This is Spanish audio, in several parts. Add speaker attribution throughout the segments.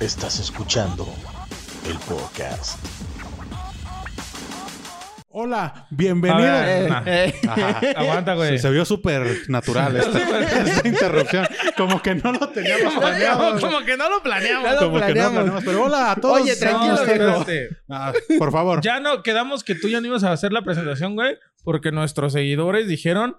Speaker 1: Estás escuchando el podcast.
Speaker 2: Hola, bienvenido.
Speaker 3: A ver,
Speaker 2: Eh,
Speaker 3: nah. Ajá. Aguanta, güey.
Speaker 2: Se vio súper natural esta, esta interrupción. Como que no lo teníamos planeado.
Speaker 3: Como que no lo planeamos.
Speaker 4: No lo
Speaker 2: Como que no lo
Speaker 4: planeamos.
Speaker 2: planeamos. Pero hola a todos.
Speaker 4: Oye, tranquilo,
Speaker 2: Somos-
Speaker 4: pero-
Speaker 3: espérate.
Speaker 2: Ah, por favor.
Speaker 3: Ya no, quedamos que tú ya no ibas a hacer la presentación, güey, porque nuestros seguidores dijeron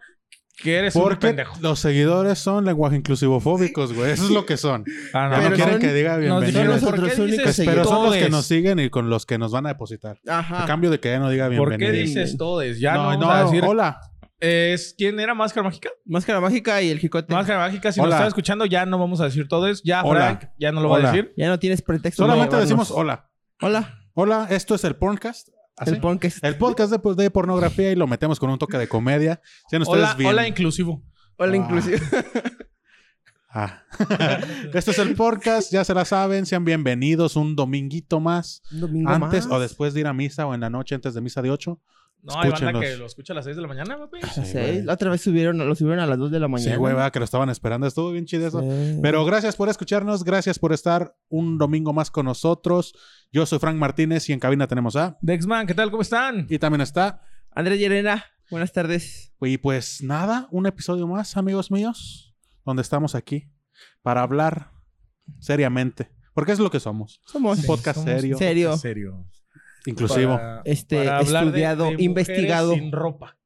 Speaker 3: que eres un
Speaker 2: Porque
Speaker 3: pendejo.
Speaker 2: los seguidores son lenguaje inclusivofóbicos, güey. Eso es lo que son.
Speaker 3: Ah,
Speaker 2: Ya no
Speaker 4: Pero
Speaker 2: quieren
Speaker 4: son-
Speaker 2: que diga
Speaker 3: nos dijeron,
Speaker 2: bienvenidos.
Speaker 4: nosotros
Speaker 3: ¿por qué
Speaker 4: únicos
Speaker 3: dices
Speaker 4: seguidores.
Speaker 2: Pero son los que
Speaker 3: todes?
Speaker 2: nos siguen y con los que nos van a depositar. A
Speaker 4: Ajá.
Speaker 2: cambio de que ya no diga
Speaker 3: Ah. ¿Por qué
Speaker 2: bienvenidos.
Speaker 3: dices todes? Ya no,
Speaker 2: No,
Speaker 3: vamos a
Speaker 2: no,
Speaker 3: decir.
Speaker 2: hola.
Speaker 3: Es, ¿Quién era Máscara Mágica?
Speaker 4: Máscara mágica y el jicote.
Speaker 3: Máscara Mágica, si
Speaker 2: Hola.
Speaker 3: nos estás escuchando, ya no vamos a decir todes. Ya
Speaker 2: Hola.
Speaker 3: Frank, ya no lo va
Speaker 2: Hola.
Speaker 3: a decir.
Speaker 4: Ya no tienes pretexto.
Speaker 2: Solamente
Speaker 4: para
Speaker 2: decimos "Oh, ¿ah,
Speaker 4: llamarnos.
Speaker 2: hola.
Speaker 4: Hola.
Speaker 2: Hola, esto es el Porncast. Así.
Speaker 4: El podcast.
Speaker 2: El podcast de, pues, de pornografía y lo metemos con un toque de comedia. Sean ustedes
Speaker 3: Hola,
Speaker 2: bien.
Speaker 3: hola inclusivo.
Speaker 4: Hola,
Speaker 2: Ah.
Speaker 4: inclusive.
Speaker 2: Ah. Esto es el podcast, ya se la saben. Sean bienvenidos un dominguito más.
Speaker 4: Un domingo
Speaker 2: antes
Speaker 4: más.
Speaker 2: o después de ir a misa o en la noche antes de misa de 8.
Speaker 3: No, hay banda
Speaker 2: Escúchenos.
Speaker 3: que lo escucha a las 6 de la mañana, papi.
Speaker 4: A
Speaker 2: Sí,
Speaker 4: seis.
Speaker 2: güey.
Speaker 4: La otra vez subieron, lo subieron a las 2 de la mañana.
Speaker 2: Sí, güey, va, que lo estaban esperando. Estuvo bien chido eso.
Speaker 4: Sí.
Speaker 2: Pero gracias por escucharnos, gracias por estar un domingo más con nosotros. Yo soy Frank Martínez y en cabina tenemos a.
Speaker 3: Dexman, ¿qué tal? ¿Cómo están?
Speaker 2: Y también está.
Speaker 4: Andrés Llerena, buenas tardes.
Speaker 2: Y pues nada, un episodio más, amigos míos, donde estamos aquí para hablar seriamente. Porque es lo que somos.
Speaker 4: Somos
Speaker 2: Un podcast
Speaker 3: somos-
Speaker 2: serio,
Speaker 4: serio,
Speaker 3: serio.
Speaker 2: inclusivo.
Speaker 3: Para-
Speaker 4: este,
Speaker 3: para hablar de-
Speaker 4: estudiado,
Speaker 3: de mujeres
Speaker 4: investigado.
Speaker 3: Sin ropa.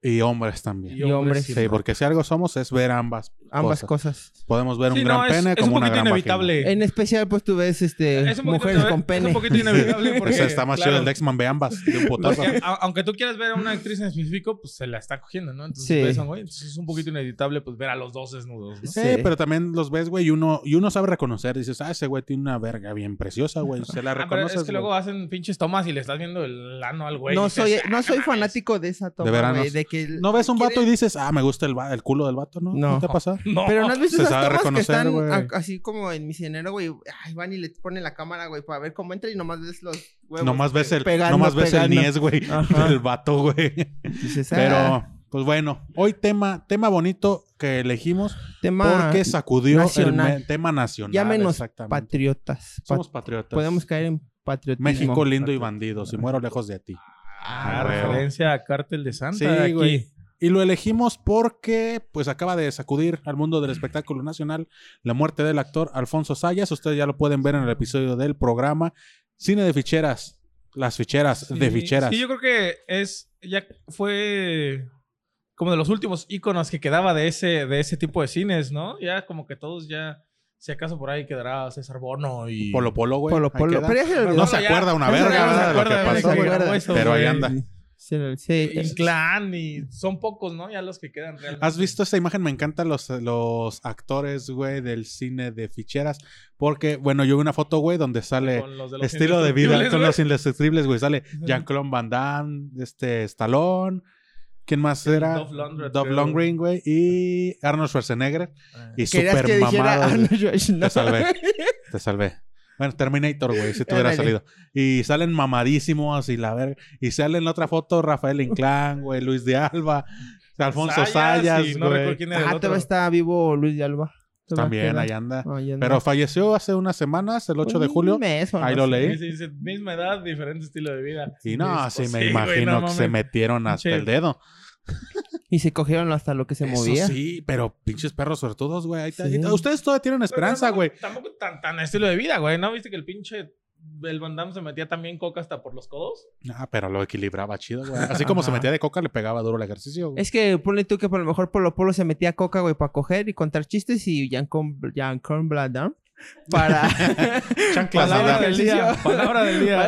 Speaker 2: Y hombres también.
Speaker 4: Y hombres.
Speaker 3: sin
Speaker 2: Sí,
Speaker 3: ropa.
Speaker 2: porque si algo somos es ver ambas.
Speaker 4: ambas cosas.
Speaker 2: Podemos ver
Speaker 3: Sí,
Speaker 2: un
Speaker 3: no,
Speaker 2: gran
Speaker 3: es,
Speaker 2: pene
Speaker 3: es
Speaker 2: como
Speaker 3: un
Speaker 2: una
Speaker 3: poquito
Speaker 2: gran inevitable.
Speaker 3: inevitable.
Speaker 4: En especial, pues tú ves este,
Speaker 3: Es un poquito
Speaker 4: mujeres
Speaker 3: inevitable-
Speaker 4: con pene.
Speaker 3: Es un poquito inevitable porque...
Speaker 2: Pues está más
Speaker 3: claro,
Speaker 2: chido el Dexman ve ambas de un potazo.
Speaker 3: porque a- aunque tú quieras ver a una actriz en específico, pues se la está cogiendo, ¿no? Entonces,
Speaker 4: Sí.
Speaker 3: ves a un güey, entonces es un poquito inevitable pues ver a los dos desnudos, ¿no?
Speaker 2: Sí,
Speaker 4: Sí.
Speaker 2: pero también los ves, güey, y uno, y uno sabe reconocer. Dices, ah, ese güey tiene una verga bien preciosa, güey. Se la
Speaker 3: Ah, pero
Speaker 2: reconoces.
Speaker 3: es que
Speaker 2: güey.
Speaker 3: luego hacen pinches tomas y le estás viendo el ano al güey. y
Speaker 4: no,
Speaker 3: dices,
Speaker 4: soy,
Speaker 3: "Ah,
Speaker 4: no soy
Speaker 3: mames".
Speaker 4: fanático de esa toma,
Speaker 2: veranos.
Speaker 4: güey, de que el-
Speaker 2: No ves un vato y dices, ah, me gusta el, va- el culo del vato, ¿no?
Speaker 4: No.
Speaker 2: ¿No te ha pasado?
Speaker 3: No.
Speaker 4: Pero no has visto
Speaker 2: se
Speaker 4: esas
Speaker 2: sabe
Speaker 4: tomas que
Speaker 2: reconocer,
Speaker 4: están
Speaker 2: güey.
Speaker 4: a- así como en misionero, güey. Ay, van y le ponen la cámara, güey, para ver cómo entra y nomás ves los huevos. eh,
Speaker 2: nomás ves el,
Speaker 4: pegando,
Speaker 2: nomás ves el
Speaker 4: pegando.
Speaker 2: niés, güey.
Speaker 4: Ajá.
Speaker 2: El vato, güey.
Speaker 4: Dices, ah,
Speaker 2: Pero, pues bueno, hoy tema, tema bonito que elegimos
Speaker 4: tema
Speaker 2: porque sacudió el me-
Speaker 4: nacional.
Speaker 2: tema nacional.
Speaker 4: Llámenos
Speaker 2: exactamente.
Speaker 4: patriotas. Pa-
Speaker 2: Somos patriotas.
Speaker 4: podemos caer en patriotismo.
Speaker 2: México lindo y bandido, si muero lejos de ti.
Speaker 3: Ah,
Speaker 2: Ah, güey.
Speaker 3: referencia a Cártel de Santa
Speaker 2: Sí,
Speaker 3: de aquí.
Speaker 2: güey. Y lo elegimos porque pues acaba de sacudir al mundo del espectáculo nacional la muerte del actor Alfonso Sayas. Ustedes ya lo pueden ver en el episodio del programa Cine de Ficheras. Las ficheras de
Speaker 3: Sí,
Speaker 2: ficheras.
Speaker 3: Sí, yo creo que es ya fue como de los últimos íconos que quedaba de ese de ese tipo de cines, ¿no? Ya como que todos ya si acaso por ahí quedará César Bono y Ah,
Speaker 2: Polo Polo, güey.
Speaker 4: Polo,
Speaker 2: Ahí
Speaker 4: polo.
Speaker 2: queda.
Speaker 4: Pero ya se le olvidó.
Speaker 2: No se acuerda una
Speaker 4: Eso
Speaker 2: verga
Speaker 4: ya no se
Speaker 2: ¿verdad? de lo
Speaker 4: acuerda,
Speaker 2: que
Speaker 4: no se
Speaker 2: pasó, güey.
Speaker 4: acuerda.
Speaker 2: Pero ahí anda.
Speaker 4: Se le- sí,
Speaker 3: Y Clan y son pocos, ¿no? Ya los que quedan realmente.
Speaker 2: ¿Has visto esa imagen? Me encantan los, los actores, güey, del cine de ficheras. Porque, bueno, yo vi una foto, güey, donde sale
Speaker 3: Con los los
Speaker 2: estilo de vida
Speaker 3: indestructibles,
Speaker 2: con
Speaker 3: güey.
Speaker 2: los indestructibles, güey. Sale Jean-Claude Van Damme, este, Stallone. ¿Quién más era?
Speaker 3: Dolph Lundgren,
Speaker 2: Dolph
Speaker 3: creo.
Speaker 2: Lundgren, güey. Y Arnold Schwarzenegger.
Speaker 3: Ah.
Speaker 2: Y
Speaker 4: Querías que
Speaker 2: super
Speaker 4: dijera
Speaker 2: mamado. güey.
Speaker 4: Arnold Schwarzenegger.
Speaker 2: Te salvé. Te salvé. Bueno, Terminator, güey, si te hubiera
Speaker 4: Ándale.
Speaker 2: salido. Y salen mamadísimos y la verga. Y sale en la otra foto Rafael Inclán, güey, Luis de Alba, Alfonso Sayas,
Speaker 3: y
Speaker 2: güey.
Speaker 3: no recuerdo quién era el
Speaker 4: Ah,
Speaker 3: otro.
Speaker 4: todavía está vivo Luis de Alba. Todavía
Speaker 2: También
Speaker 4: queda.
Speaker 2: ahí anda.
Speaker 4: Ahí anda. Pues
Speaker 2: Pero falleció hace unas semanas, el 8 de
Speaker 4: Un
Speaker 2: julio.
Speaker 4: mes o
Speaker 2: Ahí
Speaker 4: no
Speaker 2: lo
Speaker 4: sé.
Speaker 2: leí.
Speaker 3: Sí, sí, sí, misma edad, diferente estilo de vida.
Speaker 2: Y no,
Speaker 3: Es-
Speaker 2: sí,
Speaker 3: pues
Speaker 2: me
Speaker 3: güey,
Speaker 2: imagino
Speaker 3: no
Speaker 2: que se
Speaker 3: mames.
Speaker 2: metieron hasta
Speaker 3: Che.
Speaker 2: el dedo.
Speaker 4: Y se cogieron hasta lo que se
Speaker 2: Eso
Speaker 4: movía.
Speaker 2: sí, pero pinches perros suertudos, güey. ahí te-
Speaker 4: Sí.
Speaker 2: Ustedes todavía tienen esperanza,
Speaker 3: Pero
Speaker 2: güey.
Speaker 3: Tampoco, tampoco tan, tan estilo de vida, güey. ¿No viste que el pinche el Van Damme se metía también coca hasta por los codos?
Speaker 2: Ah, pero lo equilibraba chido, güey. Así como se
Speaker 3: Ajá.
Speaker 2: metía de coca, le pegaba duro el ejercicio, güey.
Speaker 4: Es que ponle tú que por lo mejor Polo Polo se metía a coca, güey, para coger y contar chistes y Jean-Con- Jean-Con Bladam para,
Speaker 2: Chanclas,
Speaker 4: Palabra
Speaker 2: ¿verdad?
Speaker 4: del día,
Speaker 3: Palabra del día.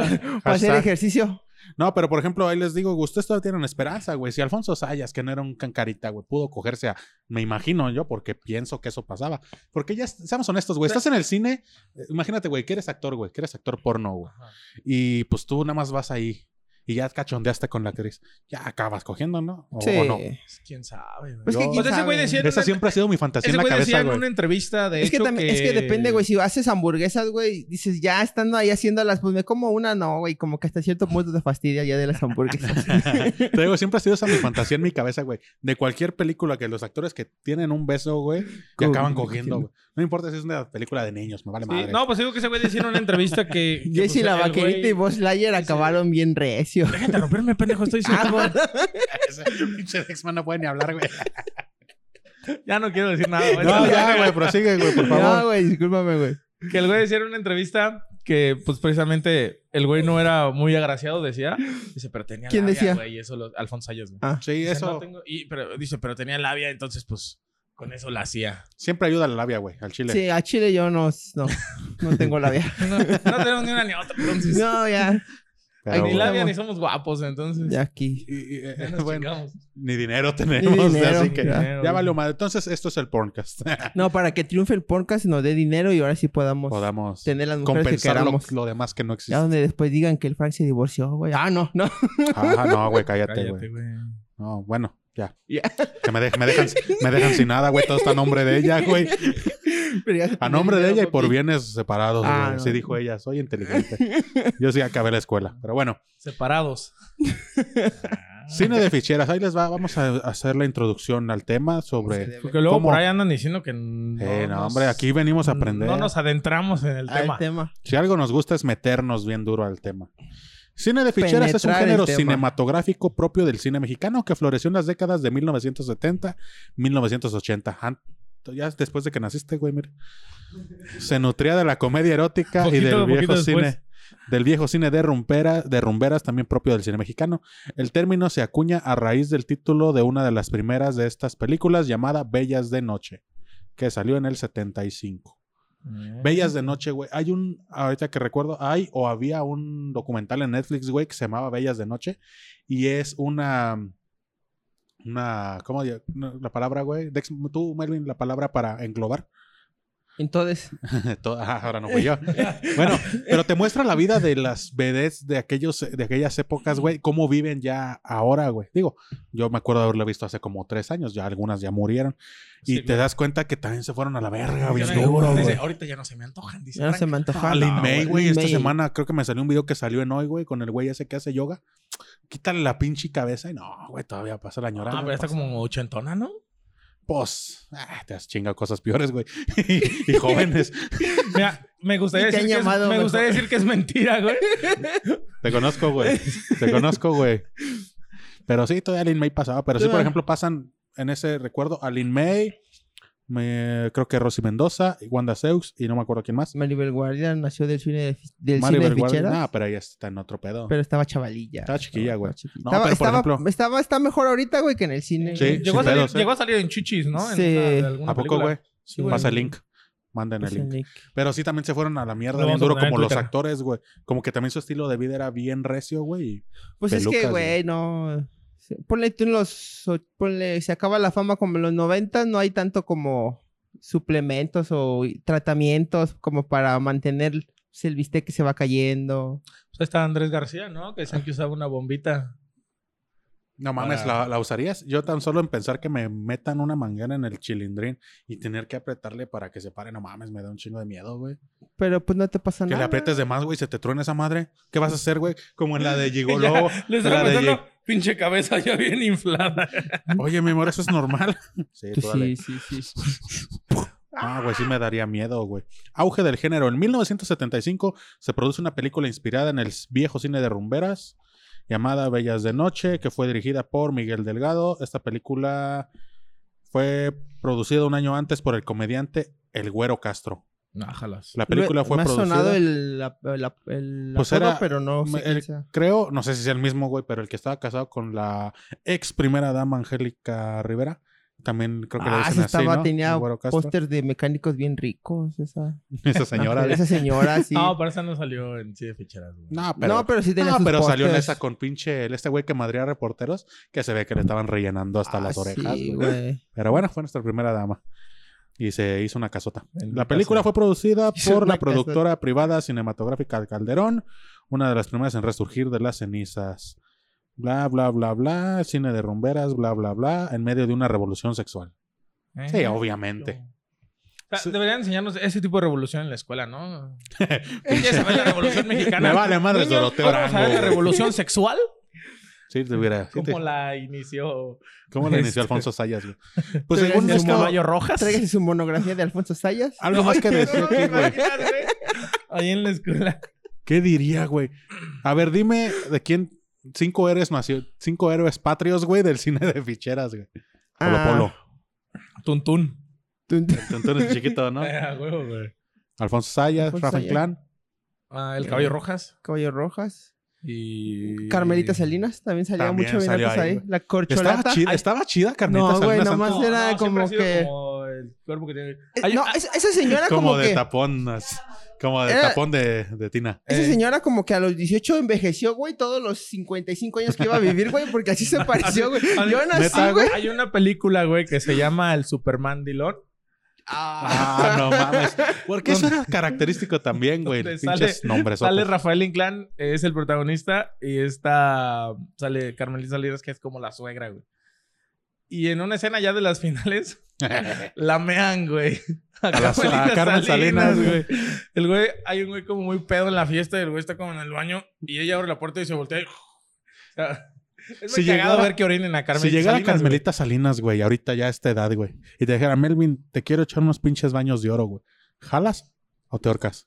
Speaker 4: para hacer
Speaker 2: Hashtag.
Speaker 4: ejercicio.
Speaker 2: No, pero por ejemplo, ahí les digo, güey, ustedes todavía tienen esperanza, güey. Si Alfonso Sayas, que no era un cancarita, güey, pudo cogerse a, me imagino yo, porque pienso que eso pasaba. Porque ya, seamos honestos, güey, estás en el cine, eh, imagínate, güey, que eres actor, güey, que eres actor porno, güey. Y pues tú nada más vas ahí y ya cachondeaste con la actriz. Ya acabas cogiendo, ¿no? O,
Speaker 4: sí.
Speaker 2: o no.
Speaker 3: ¿Quién sabe, güey?
Speaker 4: Pues que
Speaker 2: Yo-
Speaker 4: quién
Speaker 3: Pues ese güey
Speaker 4: sabe.
Speaker 3: decía, en
Speaker 2: Esa
Speaker 3: una-
Speaker 2: siempre ha sido mi fantasía
Speaker 3: ese
Speaker 2: en la
Speaker 3: güey decía
Speaker 2: cabeza,
Speaker 3: en
Speaker 2: güey.
Speaker 3: una entrevista, de
Speaker 4: Es que
Speaker 3: hecho,
Speaker 4: también, es que depende, güey. Si haces hamburguesas, güey, dices, ya estando ahí haciéndolas, pues me como una, no, güey. Como que hasta cierto punto te fastidia ya de las hamburguesas.
Speaker 2: Te digo, siempre ha sido esa mi fantasía en mi cabeza, güey. De cualquier película que los actores que tienen un beso, güey, que
Speaker 4: Como-
Speaker 2: acaban cogiendo, güey. No importa si es una película de niños, me vale
Speaker 3: Sí,
Speaker 2: madre.
Speaker 3: no, pues digo que ese güey decía en una entrevista que. que,
Speaker 4: Jesse
Speaker 3: pues,
Speaker 4: la
Speaker 3: el
Speaker 4: vaquerita
Speaker 3: güey-
Speaker 4: y Buzz Lightyear acabaron bien recio.
Speaker 3: Déjate romperme, pendejo, estoy
Speaker 4: Ah,
Speaker 3: diciendo.
Speaker 4: bueno.
Speaker 2: Ese pinche Dexman no puede ni hablar, güey.
Speaker 3: ya no quiero decir nada, güey.
Speaker 2: No, ya, güey, prosigue, güey, por
Speaker 4: No,
Speaker 2: favor.
Speaker 4: güey, discúlpame, güey.
Speaker 3: Que el güey decía en una entrevista que, pues precisamente, el güey no era muy agraciado, decía. Dice, pero tenía
Speaker 4: ¿Quién
Speaker 3: labia,
Speaker 4: decía?
Speaker 3: güey, y eso lo- Alfonso Sayas, güey.
Speaker 4: Ah,
Speaker 2: Sí,
Speaker 3: Dice, "No
Speaker 2: eso
Speaker 3: tengo-" y, pero, dice, pero tenía labia, entonces, pues, con eso la hacía.
Speaker 2: siempre ayuda a la labia, güey, al chile.
Speaker 4: Sí, a Chile yo no, no, no tengo labia.
Speaker 3: No, no tenemos ni una ni otra, entonces.
Speaker 4: No, ya,
Speaker 2: Pero,
Speaker 3: ni
Speaker 4: la-
Speaker 3: labia ni somos guapos, entonces.
Speaker 4: ya aquí.
Speaker 2: y- y- eh,
Speaker 3: Ya nos
Speaker 2: bueno,
Speaker 3: chingamos.
Speaker 2: ni dinero tenemos,
Speaker 4: dinero.
Speaker 2: así que
Speaker 4: Ya. Pues,
Speaker 2: ya valió madre. Entonces, esto es el porncast.
Speaker 4: No, para que triunfe el podcast nos dé dinero y ahora sí podamos
Speaker 2: Podamos
Speaker 4: tener las mujeres que
Speaker 2: compensar lo,
Speaker 4: queramos.
Speaker 2: lo demás que no
Speaker 4: Ya
Speaker 2: existe.
Speaker 4: donde después digan que el Frank se divorció, güey. Ah, no, no.
Speaker 2: Ah, no, güey, cállate,
Speaker 3: Cállate,
Speaker 2: güey.
Speaker 3: güey.
Speaker 2: No, bueno, ya.
Speaker 4: Ya.
Speaker 2: Que me, de- me dejan, me dejan sin nada, güey. Todo está a nombre de ella, güey.
Speaker 4: Pero ya se
Speaker 2: A
Speaker 4: tiene
Speaker 2: nombre de
Speaker 4: dinero,
Speaker 2: ella y por
Speaker 4: papi.
Speaker 2: bienes separados.
Speaker 4: Ah,
Speaker 2: güey.
Speaker 4: no.
Speaker 2: Así dijo ella. Soy inteligente. Yo sí acabé la escuela. Pero bueno,
Speaker 3: Separados.
Speaker 2: cine de ficheras. Ahí les va. Vamos a hacer la introducción al tema sobre...
Speaker 3: Porque luego
Speaker 2: ¿Cómo?
Speaker 3: por ahí andan diciendo que. No
Speaker 2: Eh, no,
Speaker 3: nos-
Speaker 2: hombre, aquí venimos a aprender.
Speaker 3: No nos adentramos en el
Speaker 4: Ah, el
Speaker 3: tema.
Speaker 4: tema.
Speaker 2: Si algo nos gusta es meternos bien duro al tema. Cine de ficheras es un
Speaker 4: Penetrar el
Speaker 2: género
Speaker 4: tema.
Speaker 2: cinematográfico propio del cine mexicano que floreció en las décadas de 1970, 1980. An- Ah, Ya después de que naciste, güey, mira. Se nutría de la comedia erótica y
Speaker 3: Poquito,
Speaker 2: del viejo
Speaker 3: poquito
Speaker 2: cine.
Speaker 3: después.
Speaker 2: Del viejo cine de, rumpera- de rumberas, también propio del cine mexicano. El término se acuña a raíz del título de una de las primeras de estas películas llamada Bellas de Noche, que salió en el 75.
Speaker 3: Eh.
Speaker 2: Bellas de Noche, güey. Hay un, ahorita que recuerdo, hay o había un documental en Netflix, güey, que se llamaba Bellas de Noche. Y es una, una, ¿cómo di- no, la palabra, güey? Dex, tú, Melvin, la palabra para englobar.
Speaker 4: Entonces,
Speaker 2: Todo- ah, ahora no voy yo. bueno, pero te muestra la vida de las vedettes de, aquellos, de aquellas épocas, güey. Cómo viven ya ahora, güey. Digo, yo me acuerdo de haberla visto hace como tres años. Ya algunas ya murieron. Y
Speaker 3: Sí,
Speaker 2: te
Speaker 3: claro.
Speaker 2: das cuenta que también se fueron a la verga, bien
Speaker 3: Ya no-
Speaker 2: duro,
Speaker 3: dice,
Speaker 2: güey.
Speaker 3: Ahorita ya no se me antojan, dice.
Speaker 4: ya no se
Speaker 3: Frank.
Speaker 4: me antoja.
Speaker 2: Ah, Lin
Speaker 4: No,
Speaker 2: May, güey.
Speaker 4: Lin
Speaker 2: Esta
Speaker 4: May.
Speaker 2: semana creo que me salió un video que salió en hoy, güey, con el güey ese que hace yoga. Quítale la pinche cabeza y no, güey, todavía pasa la ñora.
Speaker 3: Ah, pero está como ochentona, ¿no?
Speaker 2: Pos. Ah, te has chingado cosas peores, güey. y, y jóvenes.
Speaker 3: Mira, me gustaría,
Speaker 4: Y te
Speaker 3: decir
Speaker 4: han
Speaker 3: que, es,
Speaker 4: llamado
Speaker 3: me
Speaker 4: mejor.
Speaker 3: gustaría decir que es mentira, güey.
Speaker 2: Te conozco, güey. Te conozco, güey. Pero sí, todavía Lin May pasaba. Pero sí, por ejemplo, pasan en ese recuerdo a Lin May, me- creo que Rosy Mendoza, y Wanda Seux y no me acuerdo quién más.
Speaker 4: Maribel Guardia nació del cine de, del
Speaker 2: Maribel
Speaker 4: cine de
Speaker 2: Guardia.
Speaker 4: ficheras,
Speaker 2: Ah, pero ella está en otro pedo.
Speaker 4: pero estaba chavalilla.
Speaker 2: Estaba chiquilla, güey.
Speaker 4: chiquilla.
Speaker 2: No,
Speaker 4: estaba,
Speaker 2: pero por
Speaker 4: estaba-
Speaker 2: ejemplo-
Speaker 4: estaba- está mejor ahorita, güey, que en el cine.
Speaker 2: Sí,
Speaker 4: güey.
Speaker 2: sin
Speaker 3: llegó, a salir,
Speaker 2: pedos, ¿eh?
Speaker 3: llegó a salir en Chichis, ¿no? En
Speaker 4: Sí.
Speaker 3: de alguna
Speaker 2: ¿A poco,
Speaker 3: película.
Speaker 2: güey?
Speaker 3: Sí,
Speaker 4: güey.
Speaker 2: Pasa el link. Manden el
Speaker 4: Pues,
Speaker 2: link.
Speaker 4: Nick.
Speaker 2: Pero sí también se fueron a la mierda
Speaker 3: Lo
Speaker 2: bien
Speaker 3: vamos a
Speaker 2: duro
Speaker 3: poner en
Speaker 2: como los
Speaker 3: Twitter.
Speaker 2: actores, güey. Como que también su estilo de vida era bien recio, güey.
Speaker 4: Pues es que,
Speaker 2: Pelucas, güey.
Speaker 4: güey, no. sí, Ponle tú en los. o- Ponle, se acaba la fama como en los 90, no hay tanto como suplementos o y- tratamientos como para mantener pues, el bistec que se va cayendo.
Speaker 3: Pues ahí está Andrés García, ¿no? Que decían que usaba una bombita.
Speaker 2: No mames,
Speaker 3: Para-
Speaker 2: ¿la, la usarías? Yo tan solo en pensar que me metan una manguera en el chilindrín y tener que apretarle para que se pare, no mames, me da un chingo de miedo, güey.
Speaker 4: Pero pues no te pasa
Speaker 2: Que
Speaker 4: nada.
Speaker 2: le aprietes de más, güey, y se te truena esa madre. ¿Qué vas a hacer, güey? Como en la de Gigolo.
Speaker 3: Ya,
Speaker 2: en
Speaker 3: Les
Speaker 2: la
Speaker 3: estaba
Speaker 2: de
Speaker 3: pasando pinche cabeza ya bien inflada.
Speaker 2: Gi- Oye, mi amor, eso es normal. sí,
Speaker 4: Pues,
Speaker 2: órale.
Speaker 4: sí, sí, sí.
Speaker 2: Ah, güey, sí me daría miedo, güey. Auge del género. En 1975 se produce una película inspirada en el viejo cine de rumberas llamada Bellas de Noche, que fue dirigida por Miguel Delgado. Esta película fue producida un año antes por el comediante El Güero Castro.
Speaker 3: Ájalas.
Speaker 2: La película fue
Speaker 4: Me ha
Speaker 2: producida...
Speaker 4: sonado el, la- la- el
Speaker 2: Pues
Speaker 4: apodo,
Speaker 2: era-
Speaker 4: pero no sé
Speaker 2: me-
Speaker 4: quién
Speaker 2: el-
Speaker 4: sea.
Speaker 2: Creo, no sé si es el mismo, güey, pero el que estaba casado con la ex primera dama Angélica Rivera. También creo que le
Speaker 4: Ah,
Speaker 2: dicen
Speaker 4: esa
Speaker 2: así,
Speaker 4: estaba,
Speaker 2: ¿no? El
Speaker 4: tenía
Speaker 2: Güero Castro.
Speaker 4: póster de mecánicos bien ricos, esa.
Speaker 2: Esa señora.
Speaker 4: Esa señora, sí.
Speaker 3: No, pero esa no salió en sí de ficheras, güey.
Speaker 2: No, pero...
Speaker 4: no, pero sí tenía
Speaker 2: No, Ah,
Speaker 4: sus
Speaker 2: pero salió en
Speaker 4: pósters.
Speaker 2: esa con pinche el- este güey que madría reporteros que se ve que le estaban rellenando hasta
Speaker 4: Ah,
Speaker 2: las orejas.
Speaker 4: sí,
Speaker 2: güey.
Speaker 4: güey.
Speaker 2: Pero bueno, fue nuestra primera dama. Y se hizo una casota.
Speaker 3: En
Speaker 2: La
Speaker 3: una
Speaker 2: película fue
Speaker 3: casota.
Speaker 2: producida
Speaker 4: Hizo
Speaker 2: por
Speaker 4: una
Speaker 2: la productora privada cinematográfica Calderón, una de las primeras en resurgir de las cenizas. Bla, bla, bla, bla, cine de rumberas, bla, bla, bla, en medio de una revolución sexual. Sí, obviamente.
Speaker 3: Eh, O sea,
Speaker 2: Sí.
Speaker 3: Deberían enseñarnos ese tipo de revolución en la escuela, ¿no? ya sabes la revolución mexicana.
Speaker 2: Me vale madres
Speaker 3: Niños,
Speaker 2: Doroteo
Speaker 3: ¿vamos a ver la
Speaker 2: Arango.
Speaker 3: revolución sexual?
Speaker 2: Sí, te hubiera- sí, te-
Speaker 3: Como la inició
Speaker 2: ¿Cómo la inició
Speaker 3: Este.
Speaker 2: Alfonso Sayas? güey? Pues
Speaker 4: Tú
Speaker 2: según
Speaker 3: el
Speaker 4: eres un
Speaker 2: esto,
Speaker 3: caballo rojas.
Speaker 4: Tráigase su monografía de Alfonso Sayas.
Speaker 2: algo más que decir aquí, güey.
Speaker 3: Ahí en la escuela.
Speaker 2: ¿Qué diría, güey? A ver, dime de quién cinco héroes nació, cinco héroes patrios, güey, del cine de ficheras, güey. Polo
Speaker 4: Ah.
Speaker 2: Polo.
Speaker 3: Tuntún.
Speaker 4: Tun- tun-
Speaker 2: Entonces chiquito, ¿no?
Speaker 3: Eh,
Speaker 4: Ah.
Speaker 3: a huevo, güey.
Speaker 2: Alfonso Sayas,
Speaker 4: Alfonso
Speaker 2: Rafael
Speaker 4: Sayas.
Speaker 2: Clan
Speaker 3: Ah, el caballo rojas.
Speaker 4: Caballo Rojas.
Speaker 2: y
Speaker 4: Carmelita Salinas también salía
Speaker 2: También
Speaker 4: mucho
Speaker 2: salió
Speaker 4: Vinacos
Speaker 2: ahí,
Speaker 4: ahí.
Speaker 2: güey.
Speaker 4: La
Speaker 2: Estaba
Speaker 4: corcholata.
Speaker 2: chida, estaba chida Carmelita
Speaker 4: No, güey,
Speaker 2: Salinas.
Speaker 4: nomás
Speaker 2: antes,
Speaker 4: era
Speaker 3: siempre
Speaker 4: como
Speaker 3: ha sido
Speaker 4: que-
Speaker 3: como el cuerpo que tiene.
Speaker 4: Eh,
Speaker 3: Hay-
Speaker 4: No,
Speaker 3: ah,
Speaker 4: esa, esa señora
Speaker 2: como,
Speaker 4: como,
Speaker 2: de
Speaker 4: que...
Speaker 2: tapón, as- como de
Speaker 4: Era-
Speaker 2: tapón de, de Tina.
Speaker 4: Esa
Speaker 3: eh.
Speaker 4: señora como que a los 18 envejeció, güey, todos los 55 años que iba a vivir, güey, porque así se pareció, güey.
Speaker 3: así-
Speaker 4: Yo nací,
Speaker 2: ¿Neta,
Speaker 4: güey.
Speaker 3: Hay una película, güey, que se llama El Superman Dilón.
Speaker 2: Ah, no mames. Porque eso era característico también, güey.
Speaker 3: Donde
Speaker 2: Pinches nombres.
Speaker 3: Sale Rafael Inclán, es el protagonista, y está, sale Carmelita Salinas, que es como la suegra, güey. Y en una escena ya de las finales, la mean, güey. A,
Speaker 2: la su- a
Speaker 3: Carmelita
Speaker 2: Carmen Salinas,
Speaker 3: El güey, hay un güey como muy pedo en la fiesta, y el güey está como en el baño, y ella abre la puerta y se voltea. y- O sea, es muy
Speaker 2: Si
Speaker 3: cagado
Speaker 2: llegara-
Speaker 3: ver que orinen a
Speaker 2: si
Speaker 3: Carmelita
Speaker 2: llegara
Speaker 3: Salinas, güey.
Speaker 2: Carmelita Salinas, güey, ahorita ya a esta edad, güey, y te dijera, Melvin, te quiero echar unos pinches baños de oro, güey. ¿Jalas o te ahorcas?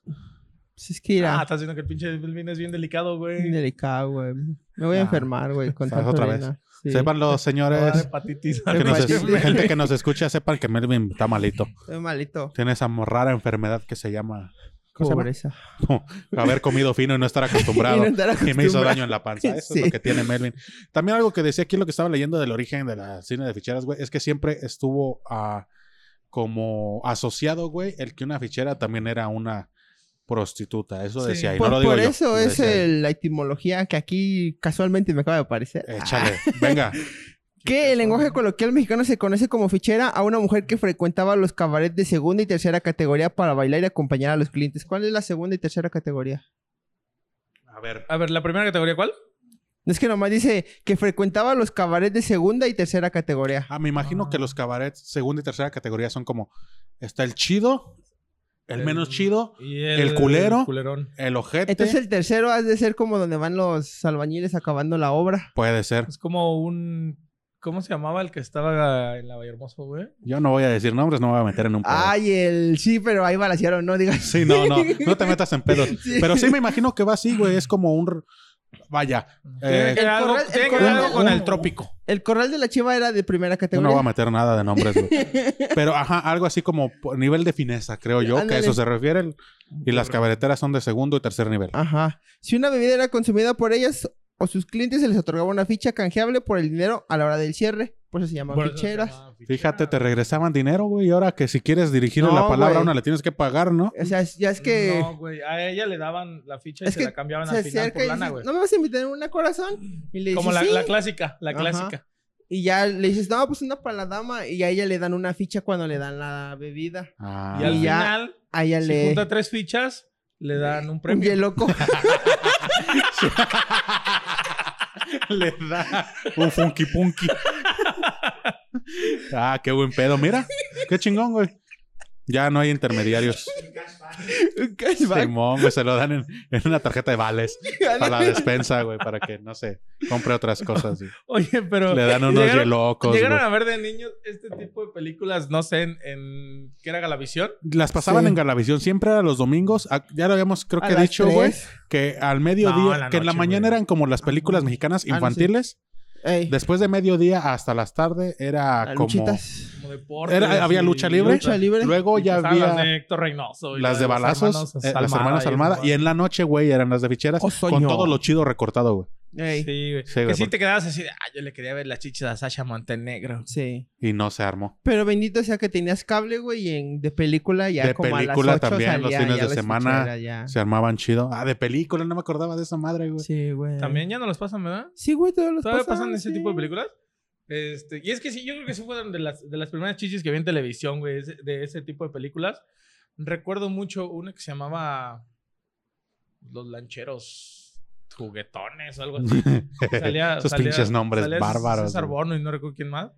Speaker 4: Pues es que
Speaker 3: Ah,
Speaker 4: era
Speaker 3: estás viendo que el pinche Melvin es bien delicado, güey.
Speaker 4: delicado, güey. Me voy a
Speaker 2: Ah.
Speaker 4: enfermar, güey, con
Speaker 2: Estás
Speaker 4: tanta
Speaker 2: otra vez.
Speaker 4: arena. Sí.
Speaker 2: Sepan los
Speaker 3: Va a dar
Speaker 2: señores,
Speaker 3: hepatitis.
Speaker 2: que nos es-
Speaker 4: hepatitis.
Speaker 2: gente que nos escucha, sepan que Melvin está malito.
Speaker 4: Estoy malito.
Speaker 2: Tiene esa rara enfermedad que se llama ¿Cómo se llama?
Speaker 4: Pobreza.
Speaker 2: haber comido fino y no estar acostumbrado.
Speaker 4: Y no estar
Speaker 2: Y me hizo
Speaker 4: acostumbrado.
Speaker 2: daño en la panza. Eso es
Speaker 4: Sí.
Speaker 2: lo que tiene Melvin. También algo que decía aquí, lo que estaba leyendo del origen de la cine de ficheras, güey, es que siempre estuvo ah, como asociado, güey, el que una fichera también era una prostituta. Eso
Speaker 3: Sí.
Speaker 2: decía. Y
Speaker 4: Por,
Speaker 2: no lo digo
Speaker 4: por
Speaker 2: yo,
Speaker 4: eso
Speaker 2: lo
Speaker 4: es
Speaker 2: decía ahí.
Speaker 4: el- la etimología que aquí casualmente me acaba de aparecer.
Speaker 2: Échale,
Speaker 4: Ah.
Speaker 2: venga.
Speaker 4: Que el lenguaje coloquial mexicano se conoce como fichera a una mujer que frecuentaba los cabarets de segunda y tercera categoría para bailar y acompañar a los clientes. ¿Cuál es la segunda y tercera categoría?
Speaker 2: A ver.
Speaker 3: A ver, ¿la primera categoría cuál?
Speaker 4: No es que nomás dice que frecuentaba los cabarets de segunda y tercera categoría.
Speaker 2: Ah, me imagino que los cabarets segunda y tercera categoría son como está el chido, el, menos chido,
Speaker 3: Y
Speaker 2: el culero.
Speaker 3: culerón.
Speaker 2: el ojete.
Speaker 4: Entonces el tercero ha de ser como donde van los albañiles acabando la obra.
Speaker 2: Puede ser.
Speaker 3: Es como un. ¿Cómo se llamaba el que estaba en la Hermoso, güey?
Speaker 2: Yo no voy a decir nombres, no me voy a meter en un pedo.
Speaker 4: Ay, el sí, pero ahí balasearon, no digas.
Speaker 2: Sí, no, Eh, no, no te metas en pedos.
Speaker 4: Sí.
Speaker 2: Pero sí me imagino que va así, güey. Es como un. r- Vaya,
Speaker 3: tiene
Speaker 2: eh,
Speaker 3: que ver algo,
Speaker 4: corral- el
Speaker 3: tiene que ver
Speaker 4: corral-
Speaker 3: algo con
Speaker 2: un-
Speaker 3: el trópico.
Speaker 4: El corral de la chiva era de primera
Speaker 2: yo no voy
Speaker 4: categoría.
Speaker 2: a meter nada de nombres, güey. Pero ajá, algo así como po- nivel de fineza, creo yo, que a
Speaker 4: Ándale.
Speaker 2: eso se refiere. el- Y las cabareteras son de segundo y tercer nivel.
Speaker 4: Ajá. Si una bebida era consumida por ellas o sus clientes, se les otorgaba una ficha canjeable por el dinero a la hora del cierre. Por eso se llaman
Speaker 3: Por eso se
Speaker 4: ficheras.
Speaker 3: llama fichera.
Speaker 2: Fíjate, te regresaban dinero, güey. Y ahora que si quieres dirigirle
Speaker 4: No,
Speaker 2: la palabra a
Speaker 4: güey.
Speaker 2: una, le tienes que pagar, ¿no?
Speaker 4: O sea, es- ya es que.
Speaker 3: No, güey. A ella le daban la ficha y
Speaker 4: Es
Speaker 3: se
Speaker 4: que
Speaker 3: la cambiaban
Speaker 4: se
Speaker 3: al final
Speaker 4: acerca
Speaker 3: por
Speaker 4: y
Speaker 3: lana,
Speaker 4: dice,
Speaker 3: güey.
Speaker 4: no me vas a invitar una corazón. Y le dices,
Speaker 3: como la,
Speaker 4: "Sí".
Speaker 3: la clásica, la
Speaker 4: Ajá.
Speaker 3: clásica.
Speaker 4: Y ya le dices, no, pues una para la dama. Y a ella le dan una ficha cuando le dan la bebida.
Speaker 2: Ah,
Speaker 3: Y al
Speaker 4: Y ya
Speaker 3: final,
Speaker 4: A ella
Speaker 3: si
Speaker 4: le.
Speaker 3: junta tres fichas, le dan un
Speaker 4: Un
Speaker 3: premio.
Speaker 4: loco.
Speaker 2: le da un funky punky. ah, qué buen pedo. Mira, qué chingón, güey. Ya no hay intermediarios.
Speaker 4: un cashback.
Speaker 2: Simón, güey, se lo dan en, en una tarjeta de vales para la despensa, güey, para que, no sé, compre otras cosas. güey.
Speaker 3: Oye, pero.
Speaker 2: Le dan
Speaker 4: eh,
Speaker 2: unos
Speaker 3: llegaron-
Speaker 2: hielocos, güey.
Speaker 3: Llegaron a ver de niños este tipo de películas, no sé, en, en ¿qué era Galavisión?
Speaker 2: Las pasaban
Speaker 4: Sí.
Speaker 2: en Galavisión, siempre era los domingos. A- Ya lo habíamos, creo
Speaker 4: A
Speaker 2: que
Speaker 4: las
Speaker 2: dicho, güey,
Speaker 4: tres.
Speaker 2: que al mediodía,
Speaker 3: en la
Speaker 2: que en la
Speaker 3: noche,
Speaker 2: mañana
Speaker 3: güey.
Speaker 2: eran como las películas mexicanas
Speaker 4: Ah, no, sí.
Speaker 2: infantiles.
Speaker 4: Ey,
Speaker 2: Después de mediodía hasta las tarde era
Speaker 4: a
Speaker 2: como...
Speaker 4: luchitas.
Speaker 3: Como deportes.
Speaker 2: Era- había lucha libre.
Speaker 4: Lucha libre.
Speaker 2: Luego
Speaker 3: Y pues,
Speaker 2: ya
Speaker 3: estaban
Speaker 2: había...
Speaker 3: Las de Héctor Reynoso. y
Speaker 2: Las
Speaker 3: la
Speaker 2: de
Speaker 3: los
Speaker 2: balazos, eh, las hermanas
Speaker 3: y
Speaker 2: Almada.
Speaker 3: esas
Speaker 2: Y en la noche, güey, eran las de ficheras.
Speaker 4: Oh,
Speaker 2: con
Speaker 4: soñó.
Speaker 2: todo lo chido recortado, güey.
Speaker 4: Ey,
Speaker 3: mamadas. Sí, güey.
Speaker 2: Sí,
Speaker 3: que
Speaker 2: güey,
Speaker 3: sí
Speaker 2: porque-
Speaker 3: te quedabas así de, ah, yo le quería ver las chichas a Sasha Montenegro.
Speaker 4: sí.
Speaker 2: Y no se armó.
Speaker 4: Pero bendito sea que tenías cable, güey, y en, de película ya
Speaker 2: De
Speaker 4: como
Speaker 2: película
Speaker 4: a las 8
Speaker 2: también, los
Speaker 4: salía
Speaker 2: fines
Speaker 4: ya
Speaker 2: de
Speaker 4: la
Speaker 2: semana.
Speaker 4: escuchera, ya.
Speaker 2: Se armaban chido. Ah, de película, no me acordaba de esa madre, güey.
Speaker 4: Sí, güey.
Speaker 3: También ya no los pasan, ¿verdad?
Speaker 4: Sí, güey, todos los
Speaker 3: ¿Todavía pasan ese
Speaker 4: sí.
Speaker 3: tipo de películas? Este, y es que sí, yo creo que sí fueron de las, de las primeras chichis que vi en televisión, güey, ese- de ese tipo de películas. Recuerdo mucho una que se llamaba Los Lancheros Juguetones o algo así. pues, Salía,
Speaker 2: Esos
Speaker 3: salía-
Speaker 2: pinches nombres
Speaker 3: salía
Speaker 2: bárbaros,
Speaker 3: César
Speaker 2: güey.
Speaker 3: Bono y no recuerdo quién más.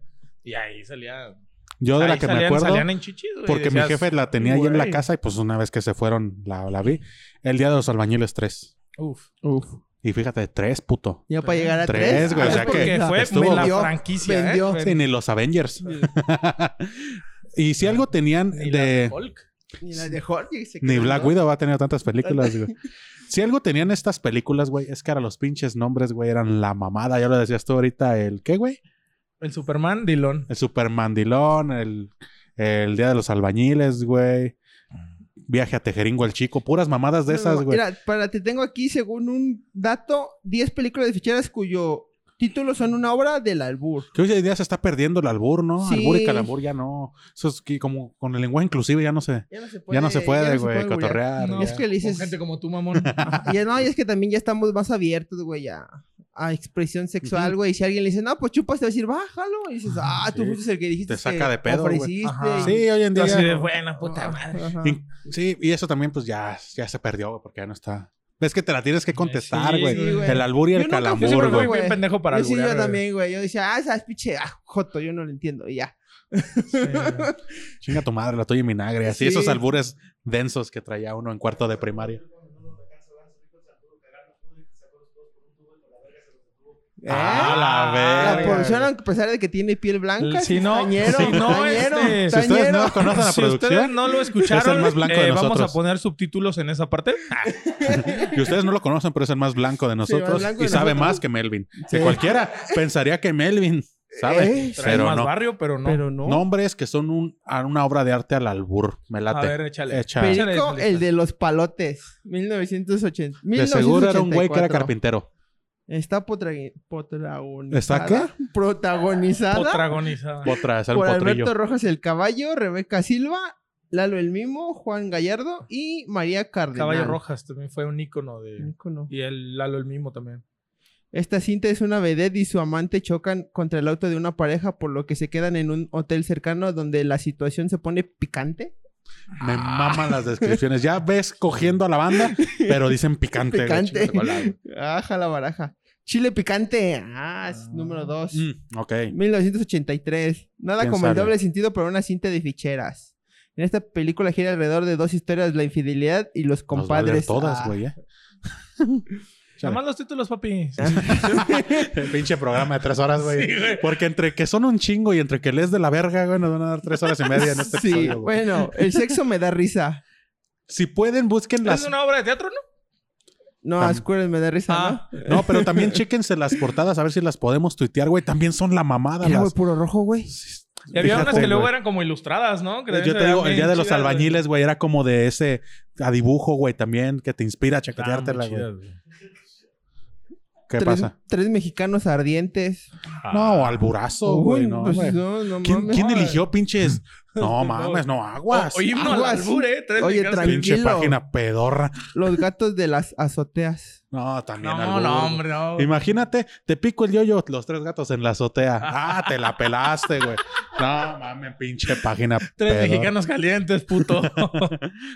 Speaker 3: Y ahí salía.
Speaker 2: Yo de la
Speaker 3: ahí
Speaker 2: que me
Speaker 3: salían-
Speaker 2: acuerdo,
Speaker 3: salían en chichis, güey,
Speaker 2: porque mi
Speaker 3: decías,
Speaker 2: jefe la tenía ahí en la
Speaker 3: "Güey".
Speaker 2: casa y pues una vez que se fueron la, la vi. El día de los albañiles 3.
Speaker 3: Uf.
Speaker 4: Uf.
Speaker 2: Y fíjate, 3, puto.
Speaker 4: Ya para llegar a
Speaker 2: Tres,
Speaker 4: tres.
Speaker 2: Pues, güey, o
Speaker 4: ah,
Speaker 2: sea
Speaker 4: es
Speaker 2: que
Speaker 4: porque-
Speaker 3: fue
Speaker 2: estuvo-
Speaker 3: la
Speaker 4: vendió,
Speaker 3: franquicia,
Speaker 4: vendió.
Speaker 3: ¿eh?
Speaker 2: Sí, ni los Avengers. y si algo tenían
Speaker 3: Y la
Speaker 2: de...
Speaker 3: Hulk.
Speaker 4: Ni la de Jorge. se
Speaker 2: Ni
Speaker 4: quedó,
Speaker 2: Black
Speaker 4: ¿no?
Speaker 2: Widow ha tenido tantas películas, güey. Si algo tenían estas películas, güey, es que ahora los pinches nombres, güey, eran la mamada. Ya lo decías tú ahorita, el qué, güey?
Speaker 3: El Superman, Dillon.
Speaker 2: El Supermandilón, el, el Día de los Albañiles, güey. Viaje a Tejeringo el Chico, puras mamadas de
Speaker 4: No, no,
Speaker 2: esas,
Speaker 4: no.
Speaker 2: güey.
Speaker 4: Mira, para te tengo aquí, según un dato, 10 películas de ficheras cuyo título son una obra del albur.
Speaker 2: Que hoy en día se está perdiendo el albur, ¿no?
Speaker 4: Sí.
Speaker 2: Albur y calambur ya no. Eso es que como con el lenguaje inclusive ya no se,
Speaker 4: Ya no se
Speaker 2: ya no se puede, güey,
Speaker 4: alburear.
Speaker 2: cotorrear.
Speaker 3: No,
Speaker 2: ya.
Speaker 4: Es que le dices.
Speaker 3: Con gente como tú, mamón.
Speaker 4: Ajá, Ya no, y es que también ya estamos más abiertos, güey, a, a expresión sexual, güey. Y si alguien le dice, no, pues chupas, te va a decir, bájalo. Y dices, ah, tú
Speaker 2: Sí.
Speaker 4: fuiste el que dijiste.
Speaker 2: Te saca
Speaker 4: que
Speaker 2: de pedo, güey.
Speaker 4: Ofreciste.
Speaker 3: Ajá.
Speaker 4: y-
Speaker 2: Sí, hoy en
Speaker 3: Yo
Speaker 2: día.
Speaker 3: así de buena
Speaker 4: "Ah,
Speaker 3: puta madre.
Speaker 4: Ajá.
Speaker 2: Y- sí, y eso también, pues ya, ya se perdió, güey, porque ya no está. Ves que te la tienes que contestar,
Speaker 3: Eh, Sí,
Speaker 2: güey.
Speaker 4: sí, güey.
Speaker 2: el albur y
Speaker 4: Yo
Speaker 2: el
Speaker 4: nunca fui
Speaker 3: Yo siempre
Speaker 2: calambur,
Speaker 3: fui
Speaker 2: güey.
Speaker 4: güey.
Speaker 3: bien pendejo para
Speaker 4: yo sí,
Speaker 3: alburear,
Speaker 4: yo
Speaker 3: güey.
Speaker 4: también, güey. Yo decía, ah, esas pinche ah, joto, yo no lo entiendo. Y ya.
Speaker 3: Sí, güey.
Speaker 2: Chinga tu madre, la tuya y vinagre. Así
Speaker 4: Sí.
Speaker 2: esos albures densos que traía uno en cuarto de primaria.
Speaker 4: ¿Eh?
Speaker 2: Ah, la
Speaker 4: La
Speaker 2: verga.
Speaker 4: producción, a pesar de que tiene piel blanca,
Speaker 3: Si
Speaker 4: es
Speaker 3: no-
Speaker 4: tañero,
Speaker 3: si no,
Speaker 4: tañero,
Speaker 3: este-
Speaker 2: Si ustedes
Speaker 4: tañero.
Speaker 2: no conocen la
Speaker 3: Si ustedes
Speaker 2: producción
Speaker 3: no lo
Speaker 2: es el
Speaker 3: escucharon,
Speaker 2: más blanco de
Speaker 3: eh, vamos a
Speaker 2: nosotros.
Speaker 3: poner subtítulos en esa parte.
Speaker 2: y ustedes no lo conocen, pero es el más blanco de nosotros
Speaker 4: blanco
Speaker 2: y
Speaker 4: de
Speaker 2: sabe
Speaker 4: nosotros.
Speaker 2: más que Melvin.
Speaker 4: Sí.
Speaker 2: Que cualquiera pensaría que Melvin sabe,
Speaker 4: Eh,
Speaker 3: Trae
Speaker 2: pero
Speaker 3: más
Speaker 2: no.
Speaker 3: barrio, pero no.
Speaker 4: Pero no.
Speaker 2: Nombres que son un- a una obra de arte al albur. Me
Speaker 3: a
Speaker 2: late.
Speaker 3: ver, échale.
Speaker 2: Echa.
Speaker 3: Pero-
Speaker 4: Perico,
Speaker 3: Échale,
Speaker 4: el de los palotes. 1980.
Speaker 2: De seguro era un güey que era
Speaker 4: 1984.
Speaker 2: carpintero.
Speaker 4: Está potra- protagonizada.
Speaker 2: ¿Está qué?
Speaker 4: Protagonizada
Speaker 3: Protagonizada.
Speaker 2: Otra, es el
Speaker 4: por
Speaker 2: potrillo.
Speaker 4: Alberto Rojas el Caballo, Rebeca Silva, Lalo el Mimo, Juan Gallardo y María Cardenal.
Speaker 3: Caballo Rojas también fue un ícono de...
Speaker 4: Ícono.
Speaker 3: Y el Lalo el mismo también.
Speaker 4: Esta cinta es una vedette y su amante chocan contra el auto de una pareja, por lo que se quedan en un hotel cercano donde la situación se pone picante.
Speaker 2: Me
Speaker 4: Ah.
Speaker 2: maman las descripciones. Ya ves cogiendo a la banda, pero dicen picante. güey,
Speaker 4: Picante.
Speaker 2: chingas, igual, güey.
Speaker 4: Aja la baraja. Chile picante. Ah, es
Speaker 3: Ah.
Speaker 4: número dos.
Speaker 2: Mm, ok.
Speaker 4: 1983. Nada
Speaker 2: ¿Quién
Speaker 4: como el
Speaker 2: sabe?
Speaker 4: doble sentido, pero una cinta de ficheras. En esta película gira alrededor de dos historias, la infidelidad y los
Speaker 2: Nos va a leer
Speaker 4: compadres.
Speaker 2: todas,
Speaker 4: Ah,
Speaker 2: güey. eh. Échale.
Speaker 3: Además los títulos, papi.
Speaker 2: El pinche programa de tres horas, güey. Porque entre que son un chingo y entre que lees de la verga, güey, nos van a dar tres horas y media en este
Speaker 4: sí,
Speaker 2: episodio, güey.
Speaker 4: bueno, el sexo me da risa.
Speaker 2: Si pueden, busquen las.
Speaker 3: ¿Es una obra de teatro, no?
Speaker 4: No,
Speaker 2: Tam-
Speaker 4: a Squirrel me da risa,
Speaker 3: Ah.
Speaker 4: ¿no?
Speaker 2: No, pero también chéquense las portadas a ver si las podemos tuitear, güey. También son la mamada.
Speaker 4: Mira,
Speaker 2: las-
Speaker 4: güey, puro rojo, güey.
Speaker 3: Y había
Speaker 2: Fíjate,
Speaker 3: unas que luego
Speaker 2: güey.
Speaker 3: eran como ilustradas, ¿no? Que también
Speaker 2: Yo
Speaker 3: se
Speaker 2: te digo,
Speaker 3: veían
Speaker 2: el día de
Speaker 3: bien
Speaker 2: los
Speaker 3: chidas, güey.
Speaker 2: albañiles, güey, era como de ese a dibujo, güey, también, que te inspira a
Speaker 3: Estaban muy
Speaker 2: chacateártela, güey.
Speaker 3: Ah, chidas, güey.
Speaker 2: ¿Qué
Speaker 4: tres,
Speaker 2: pasa?
Speaker 4: tres mexicanos ardientes.
Speaker 2: No,
Speaker 3: Ah.
Speaker 2: alburazo, güey,
Speaker 4: Uy,
Speaker 2: no,
Speaker 4: pues
Speaker 2: güey.
Speaker 4: no, no
Speaker 2: ¿Quién,
Speaker 4: mames.
Speaker 2: quién
Speaker 3: no,
Speaker 2: eligió pinches? No mames, no, aguas.
Speaker 3: O- Oye, no, al
Speaker 4: Aguas.
Speaker 3: albur, ¿eh? Tres
Speaker 4: Oye,
Speaker 3: mexicanos.
Speaker 4: tranquilo.
Speaker 2: Pinche página pedorra.
Speaker 4: Los gatos de las azoteas.
Speaker 2: No, también
Speaker 3: No,
Speaker 2: albur,
Speaker 3: no,
Speaker 2: güey.
Speaker 3: hombre, no.
Speaker 2: Imagínate, te pico el yoyo, los tres gatos en la azotea. Ah, te la pelaste, güey. No mames, pinche página.
Speaker 3: Tres
Speaker 2: pedorra.
Speaker 3: mexicanos calientes, puto.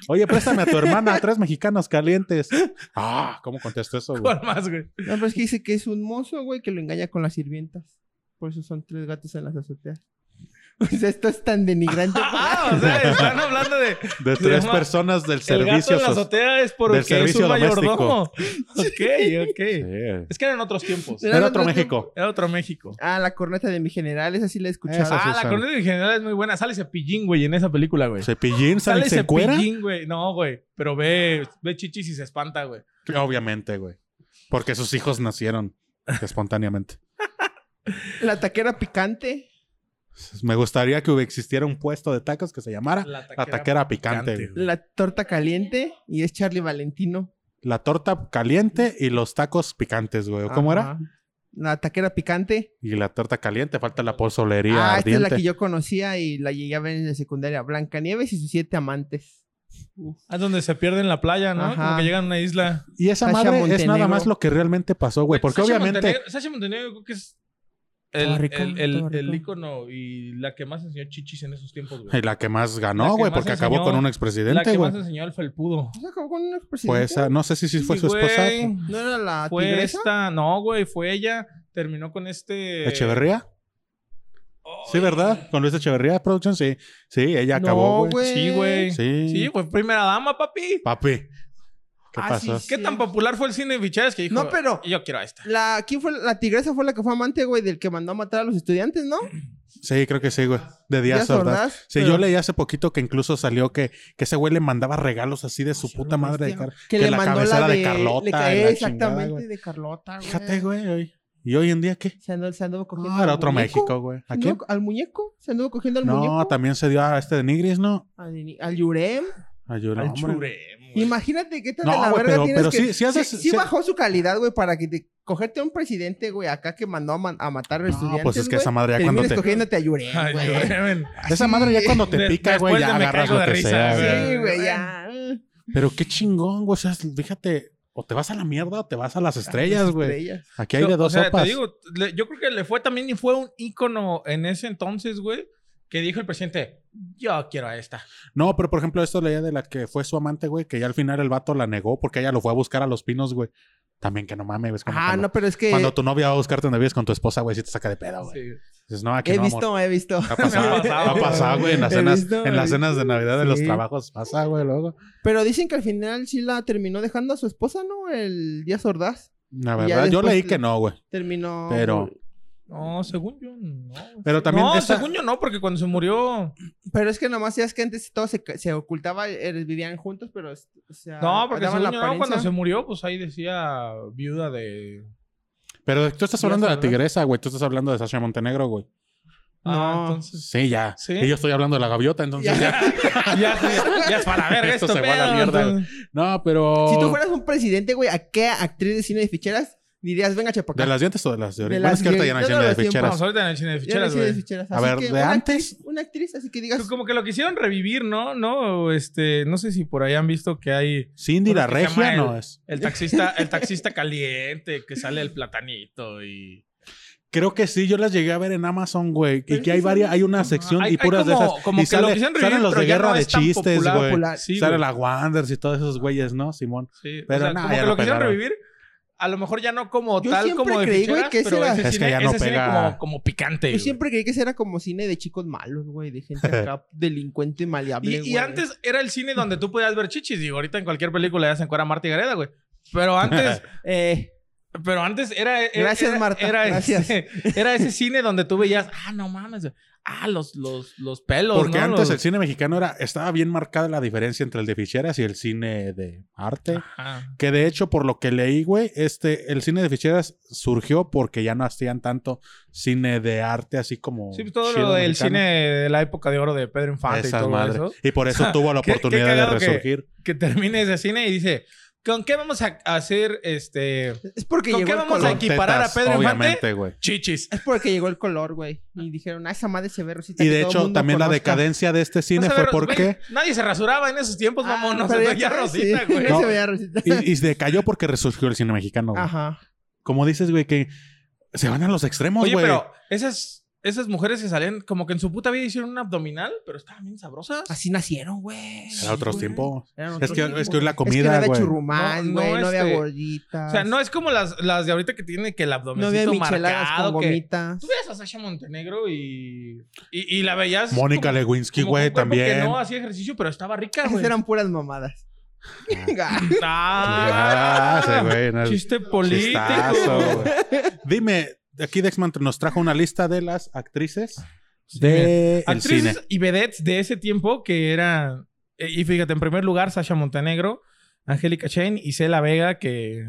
Speaker 2: Oye, préstame a tu hermana, tres mexicanos calientes. Ah, ¿cómo contestó eso, güey?
Speaker 3: ¿Cuál más, güey?
Speaker 4: No, pero es que dice que es un mozo, güey, que lo engaña con las sirvientas. Por eso son tres gatos en las azoteas. O sea, esto es tan denigrante.
Speaker 3: Ah, o sea, están hablando de.
Speaker 2: De
Speaker 3: Se
Speaker 2: tres
Speaker 3: llama
Speaker 2: personas del
Speaker 3: El gato
Speaker 2: servicio
Speaker 3: en la
Speaker 2: social.
Speaker 3: azotea es porque
Speaker 2: del servicio
Speaker 3: es un
Speaker 2: doméstico.
Speaker 3: mayordomo. Ok, ok. Es que eran otros tiempos.
Speaker 4: Era
Speaker 2: Era otro
Speaker 4: otro
Speaker 2: México.
Speaker 3: Era otro México.
Speaker 4: Ah, la corneta de mi general, esa sí la he escuchado.
Speaker 2: Esa sí.
Speaker 3: Ah, la
Speaker 2: sabe.
Speaker 3: corneta en general es muy buena. Sale Cepillín, güey, en esa película, güey.
Speaker 2: Cepillín, sale
Speaker 3: Sale
Speaker 2: y se encuera.
Speaker 3: Cepillín, güey. No, güey. Pero ve, ve chichis y se espanta, güey.
Speaker 2: Obviamente, güey. Porque sus hijos nacieron espontáneamente.
Speaker 4: La taquera picante.
Speaker 2: Me gustaría que hubiera- existiera un puesto de tacos que se llamara
Speaker 3: La
Speaker 2: La Taquera Picante.
Speaker 3: Picante,
Speaker 2: güey.
Speaker 4: La torta caliente. Y es Charlie Valentino.
Speaker 2: La torta caliente y los tacos picantes, güey. ¿O ¿Cómo era?
Speaker 4: Ajá. La taquera picante.
Speaker 2: Y la torta caliente, falta la pozolería
Speaker 4: Ah, esta es
Speaker 2: ardiente.
Speaker 4: la que yo conocía y la llegué a ver en la secundaria. Blancanieves y sus siete amantes.
Speaker 3: Ah, Es donde se pierde en la playa, ¿no? Como
Speaker 4: Ajá.
Speaker 3: que llegan a una isla.
Speaker 2: Y esa
Speaker 4: Sasha
Speaker 2: madre es nada
Speaker 4: Montenegro.
Speaker 2: más lo que realmente pasó, güey. Porque
Speaker 3: Sasha
Speaker 2: obviamente
Speaker 3: Montenegro- Sasha Montenegro, yo creo que es el,
Speaker 4: rico,
Speaker 3: el, el-
Speaker 4: estaba rico.
Speaker 3: el ícono y la que más enseñó chichis en esos tiempos,
Speaker 2: Y
Speaker 3: güey.
Speaker 2: la que más
Speaker 3: La
Speaker 2: ganó,
Speaker 3: que
Speaker 2: güey,
Speaker 3: más
Speaker 2: porque acabó
Speaker 3: enseñó-
Speaker 2: con un
Speaker 3: La
Speaker 2: expresidente,
Speaker 3: que
Speaker 2: güey.
Speaker 3: más enseñó el felpudo.
Speaker 4: ¿Se acabó con un expresidente?
Speaker 2: Pues ah, no sé si, si fue
Speaker 3: Sí,
Speaker 2: su esposa.
Speaker 3: güey.
Speaker 4: ¿No era la
Speaker 2: Pues,
Speaker 3: Fue
Speaker 4: tigresa?
Speaker 3: esta, no, güey, fue ella. Terminó con este.
Speaker 2: ¿Echeverría? Sí, ¿verdad? Con Luis Echeverría Productions, sí. Sí, ella acabó, güey.
Speaker 4: no, güey.
Speaker 3: Sí, güey. Sí.
Speaker 2: Sí.
Speaker 3: fue primera dama, papi.
Speaker 2: Papi. ¿Qué
Speaker 4: Ah,
Speaker 2: pasó?
Speaker 4: sí,
Speaker 3: ¿Qué tan popular fue el cine de ficheras que dijo?
Speaker 4: No, pero-
Speaker 3: Yo quiero a esta.
Speaker 4: La, ¿Quién fue? La tigresa fue la que fue amante, güey, del que mandó a matar a los estudiantes, ¿no?
Speaker 2: Sí, creo que sí, güey. De Díaz
Speaker 4: Díaz Ordaz,
Speaker 2: Ordaz. Sí,
Speaker 4: pero-
Speaker 2: yo leí hace poquito que incluso salió que, que ese güey le mandaba regalos así de su puta madre de car-
Speaker 4: Que, le
Speaker 2: la
Speaker 4: mandó
Speaker 2: cabecera
Speaker 4: la de,
Speaker 2: de Carlota.
Speaker 4: le
Speaker 2: y
Speaker 4: cae
Speaker 2: la
Speaker 4: exactamente
Speaker 2: chingada, güey.
Speaker 4: de Carlota, Ah, güey.
Speaker 2: Fíjate, güey. hoy- ¿Y hoy en día qué?
Speaker 4: Se anduvo, se anduvo cogiendo.
Speaker 2: Ah,
Speaker 4: al
Speaker 2: era otro
Speaker 4: muñeco.
Speaker 2: México, güey.
Speaker 4: Se
Speaker 2: ¿A
Speaker 4: anduvo
Speaker 2: quién?
Speaker 4: co- Al muñeco. Se anduvo cogiendo al
Speaker 2: No,
Speaker 4: muñeco.
Speaker 2: también se dio a este de Nigris, ¿no?
Speaker 4: Al, al Yurem.
Speaker 2: A Yuri,
Speaker 3: Al
Speaker 2: hombre.
Speaker 3: churem, güey.
Speaker 4: Imagínate qué tan
Speaker 2: No,
Speaker 4: de la
Speaker 2: güey,
Speaker 4: verga
Speaker 2: pero-
Speaker 4: tienes
Speaker 2: pero
Speaker 4: que...
Speaker 2: sí- sí haces- sí-
Speaker 4: bajó su calidad, güey, para que te- cogerte a un presidente, güey, acá que mandó a, man- a matar a los
Speaker 2: No,
Speaker 4: estudiantes,
Speaker 2: pues es que
Speaker 4: güey,
Speaker 2: esa madre ya
Speaker 4: terminas
Speaker 2: cuando te-
Speaker 4: cogiéndote a Yurem,
Speaker 3: Ay,
Speaker 4: güey.
Speaker 3: churem.
Speaker 2: Esa madre ya cuando te
Speaker 3: De-
Speaker 2: pica, güey,
Speaker 3: después
Speaker 2: ya
Speaker 3: de me
Speaker 2: agarras
Speaker 3: caigo
Speaker 2: lo
Speaker 3: de
Speaker 2: que
Speaker 3: risa,
Speaker 2: sea,
Speaker 3: güey.
Speaker 2: güey.
Speaker 4: Sí, güey, ya.
Speaker 2: Pero qué chingón, güey. O sea, fíjate, o te vas a la mierda o te vas a las estrellas, güey.
Speaker 4: Estrellas.
Speaker 2: Aquí hay de
Speaker 3: Yo-
Speaker 2: dos
Speaker 3: o sea,
Speaker 2: sopas.
Speaker 3: Te digo, le- yo creo que le fue también y fue un ícono en ese entonces, güey, que dijo el presidente, yo quiero a esta.
Speaker 2: No, pero por ejemplo, esto leía de la que fue su amante, güey, que ya al final el vato la negó porque ella lo fue a buscar a los pinos, güey. También que no mames, güey.
Speaker 4: Ah, no, pero es que
Speaker 2: Cuando tu novia va a buscarte donde vives con tu esposa, güey, si te saca de pedo, Ah, güey.
Speaker 3: Sí.
Speaker 2: Dices, no, aquí
Speaker 4: he
Speaker 2: no, amor.
Speaker 4: visto, he visto.
Speaker 2: Ha pasado,
Speaker 3: Me ha pasado.
Speaker 2: ha pasado, güey, en las
Speaker 4: He
Speaker 2: cenas,
Speaker 4: visto,
Speaker 2: en las
Speaker 4: he
Speaker 2: cenas de Navidad de los
Speaker 4: Sí.
Speaker 2: trabajos. Pasa, güey, luego.
Speaker 4: Pero dicen que al final sí la terminó dejando a su esposa, ¿no? El Díaz Ordaz.
Speaker 2: La
Speaker 4: Y ya
Speaker 2: verdad, yo
Speaker 4: después
Speaker 2: leí
Speaker 4: te-
Speaker 2: que no, güey.
Speaker 4: Terminó.
Speaker 2: Pero-
Speaker 3: No, según yo, no.
Speaker 2: Pero también
Speaker 3: No,
Speaker 2: esa-
Speaker 3: según yo no, porque cuando se murió...
Speaker 4: Pero es que nomás ya es que antes todo se, se ocultaba, eh, vivían juntos, pero. O sea,
Speaker 2: Ah,
Speaker 3: No, porque
Speaker 4: daban
Speaker 3: según yo no, cuando
Speaker 4: apariencia.
Speaker 3: se murió, pues ahí decía viuda de...
Speaker 2: Pero tú estás
Speaker 4: Ya
Speaker 2: hablando de la
Speaker 4: sabrás.
Speaker 2: tigresa, güey. Tú estás hablando de Sasha Montenegro, güey.
Speaker 3: Ah,
Speaker 4: No.
Speaker 3: entonces...
Speaker 2: Sí, ya.
Speaker 3: ¿Sí?
Speaker 2: Y yo estoy hablando de la gaviota, entonces ya.
Speaker 3: ya, ya, ya es para ver
Speaker 2: Esto
Speaker 3: esto,
Speaker 2: se fue a la
Speaker 3: pedo,
Speaker 2: mierda,
Speaker 3: entonces.
Speaker 2: No, pero.
Speaker 4: Si tú fueras un presidente, güey, ¿a qué actriz de cine de ficheras dirías, venga, chapacá?
Speaker 2: ¿De las dientes o de las de
Speaker 4: De
Speaker 2: orejas?
Speaker 4: las
Speaker 2: Bueno, es que ahorita
Speaker 4: de-
Speaker 2: ya no
Speaker 4: yo
Speaker 2: hay
Speaker 4: no
Speaker 2: de
Speaker 4: los tiempo.
Speaker 2: ficheras.
Speaker 3: Vamos, ahorita en el cine de
Speaker 4: Ya no
Speaker 3: ficheras,
Speaker 4: cine de
Speaker 3: güey. Pues
Speaker 4: ficheras.
Speaker 2: A
Speaker 4: Así
Speaker 2: ver,
Speaker 4: que
Speaker 2: ¿de
Speaker 4: una
Speaker 2: antes?
Speaker 4: actriz- una actriz, así que digas.
Speaker 3: Como que lo quisieron revivir, ¿no? No, este, no sé si por ahí han visto que hay...
Speaker 2: Cindy la
Speaker 3: Uno que se
Speaker 2: regia
Speaker 3: llama
Speaker 2: no es.
Speaker 3: El taxista, el taxista caliente que sale el platanito y.
Speaker 2: Creo que sí, yo las llegué a ver en Amazon, güey. Y
Speaker 4: Pero es
Speaker 2: que
Speaker 4: que
Speaker 2: hay
Speaker 4: son
Speaker 2: varias,
Speaker 4: muy
Speaker 2: hay unas sección
Speaker 3: Hay-
Speaker 2: y
Speaker 3: hay
Speaker 2: puras de
Speaker 3: como-
Speaker 2: esas.
Speaker 3: como
Speaker 2: y
Speaker 3: que lo
Speaker 2: sale-
Speaker 3: quisieron
Speaker 2: salen
Speaker 3: revivir,
Speaker 2: los
Speaker 3: pero
Speaker 2: de
Speaker 3: ya
Speaker 2: guerra
Speaker 3: no
Speaker 2: de
Speaker 3: es tan
Speaker 2: chistes,
Speaker 3: popular,
Speaker 2: güey.
Speaker 4: popular.
Speaker 3: Sí,
Speaker 2: Sale
Speaker 3: güey.
Speaker 2: la Wanders y todos esos güeyes, ¿no, Simón?
Speaker 3: Sí, o
Speaker 2: Pero
Speaker 3: sea,
Speaker 2: nah,
Speaker 3: como
Speaker 2: ya
Speaker 3: que
Speaker 2: lo
Speaker 3: lo quisieron
Speaker 2: pelaron.
Speaker 3: revivir. A lo mejor ya no como
Speaker 4: Yo
Speaker 3: tal
Speaker 4: siempre
Speaker 3: como de
Speaker 4: creí, güey,
Speaker 3: ficheras,
Speaker 4: que ese
Speaker 3: pero
Speaker 4: era-
Speaker 3: ese
Speaker 2: Es que
Speaker 3: cine,
Speaker 2: ya no
Speaker 3: ese cine
Speaker 2: pega.
Speaker 3: como, como picante.
Speaker 4: Yo
Speaker 3: güey.
Speaker 4: siempre creí que ese era como cine de chicos malos, güey, de gente acá delincuente maleable.
Speaker 3: Y, y
Speaker 4: güey.
Speaker 3: antes era el cine donde tú podías ver chichis. Digo, ahorita en cualquier película ya se encuentra Marta y Gareda, güey. Pero antes,
Speaker 4: Eh,
Speaker 3: pero antes era. era-
Speaker 4: Gracias,
Speaker 3: era-
Speaker 4: Marta,
Speaker 3: Era,
Speaker 4: gracias.
Speaker 3: Ese, era ese cine donde tú veías, ah, no mames, güey. ah, los, los, los pelos.
Speaker 2: Porque
Speaker 3: ¿no?
Speaker 2: antes
Speaker 3: Los-
Speaker 2: el cine mexicano era, estaba bien marcada la diferencia entre el de ficheras y el cine de arte.
Speaker 3: Ah. Ajá.
Speaker 2: Que de hecho, por lo que leí, güey, este, el cine de ficheras surgió porque ya no hacían tanto cine de arte así como.
Speaker 3: Sí, pues, todo
Speaker 2: chido
Speaker 3: lo del
Speaker 2: mexicano.
Speaker 3: cine de la época de oro de Pedro Infante
Speaker 2: Esas
Speaker 3: y todo
Speaker 2: madres.
Speaker 3: eso.
Speaker 2: Y por eso tuvo la
Speaker 3: qué- qué
Speaker 2: oportunidad de
Speaker 3: cagado que-
Speaker 2: resurgir.
Speaker 3: que termine ese cine y dice, ¿con qué vamos a hacer este
Speaker 4: es porque
Speaker 3: ¿Con
Speaker 4: llegó
Speaker 3: qué
Speaker 4: el
Speaker 3: vamos a
Speaker 4: color.
Speaker 3: equip- equiparar a Pedro Infante.
Speaker 2: obviamente, güey.
Speaker 3: chichis?
Speaker 4: Es porque llegó el color, güey. Y dijeron, ah, esa madre se ve rosita.
Speaker 2: Y
Speaker 4: que
Speaker 2: de
Speaker 4: todo
Speaker 2: hecho,
Speaker 4: mundo
Speaker 2: también la
Speaker 4: conozca".
Speaker 2: decadencia de este cine
Speaker 3: Vas Pues, a
Speaker 2: fue
Speaker 3: ver, güey,
Speaker 2: porque.
Speaker 3: nadie se rasuraba en esos tiempos,
Speaker 4: Ah,
Speaker 3: mamón, no se
Speaker 4: pero ya-
Speaker 3: veía rosita,
Speaker 4: sí,
Speaker 3: güey.
Speaker 4: no
Speaker 2: No.
Speaker 4: se veía rosita.
Speaker 2: Y, y decayó porque resurgió el cine mexicano, güey.
Speaker 4: Ajá.
Speaker 2: Como dices, güey, que se van a los extremos,
Speaker 3: Oye,
Speaker 2: güey.
Speaker 3: pero esas esas mujeres que salían como que en su puta vida hicieron un abdominal, pero estaban bien sabrosas.
Speaker 4: Así nacieron, güey.
Speaker 2: Era otros tiempos.
Speaker 4: Eran
Speaker 2: Es
Speaker 4: otros
Speaker 2: que,
Speaker 4: tiempos.
Speaker 2: es que hoy la
Speaker 4: es que no
Speaker 2: comida,
Speaker 4: había
Speaker 2: güey.
Speaker 4: churrumán,
Speaker 3: No,
Speaker 4: güey. No,
Speaker 3: no,
Speaker 4: había
Speaker 3: este,
Speaker 4: gorditas.
Speaker 3: O sea, no es como las, las de ahorita que tiene que el
Speaker 4: No había
Speaker 3: abdomencito
Speaker 4: micheladas con
Speaker 3: marcado. Que...
Speaker 4: gomitas.
Speaker 3: Tú veías a Sasha Montenegro y, y, y la veías.
Speaker 2: Mónica
Speaker 3: como-
Speaker 2: Lewinsky,
Speaker 3: como
Speaker 2: güey,
Speaker 3: un cuerpo
Speaker 2: también.
Speaker 3: Que no hacía ejercicio, pero estaba rica,
Speaker 4: Esas
Speaker 3: güey.
Speaker 4: eran puras mamadas.
Speaker 2: Ah,
Speaker 3: Ah,
Speaker 2: sí, güey, no es-
Speaker 3: chiste político.
Speaker 2: Chistazo, güey. Dime, aquí Dexman nos trajo una lista de las actrices
Speaker 3: Ah, Sí, mira.
Speaker 2: de el cine.
Speaker 3: Actrices y vedettes de ese tiempo que eran. eh, Y fíjate, en primer lugar, Sasha Montenegro, Angélica Chain y Cela Vega, que.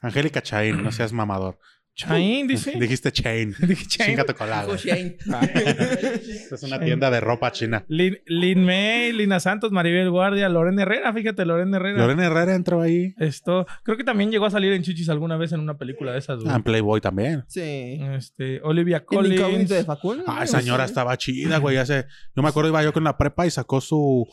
Speaker 2: Angélica Chain, no seas mamador.
Speaker 3: Chain, dice.
Speaker 2: Dijiste Chain.
Speaker 3: Dije Chain.
Speaker 2: Chingate colada.
Speaker 4: Dijo Shane.
Speaker 2: Esta es una tienda de ropa china.
Speaker 3: Lin, Lin May, Lina Santos, Maribel Guardia, Lorena Herrera, fíjate, Lorena Herrera.
Speaker 2: Lorena Herrera entró ahí.
Speaker 3: Esto, creo que también llegó a salir en Chichis alguna vez en una película de esas, güey.
Speaker 2: Ah, en Playboy también.
Speaker 4: Sí.
Speaker 3: Este, Olivia
Speaker 4: El incógnito de
Speaker 3: Collins.
Speaker 4: Facundo.
Speaker 2: Ah,
Speaker 4: no
Speaker 2: esa
Speaker 4: sé.
Speaker 2: señora estaba chida, güey. Ya sé. Yo me acuerdo, iba yo con la prepa y sacó su.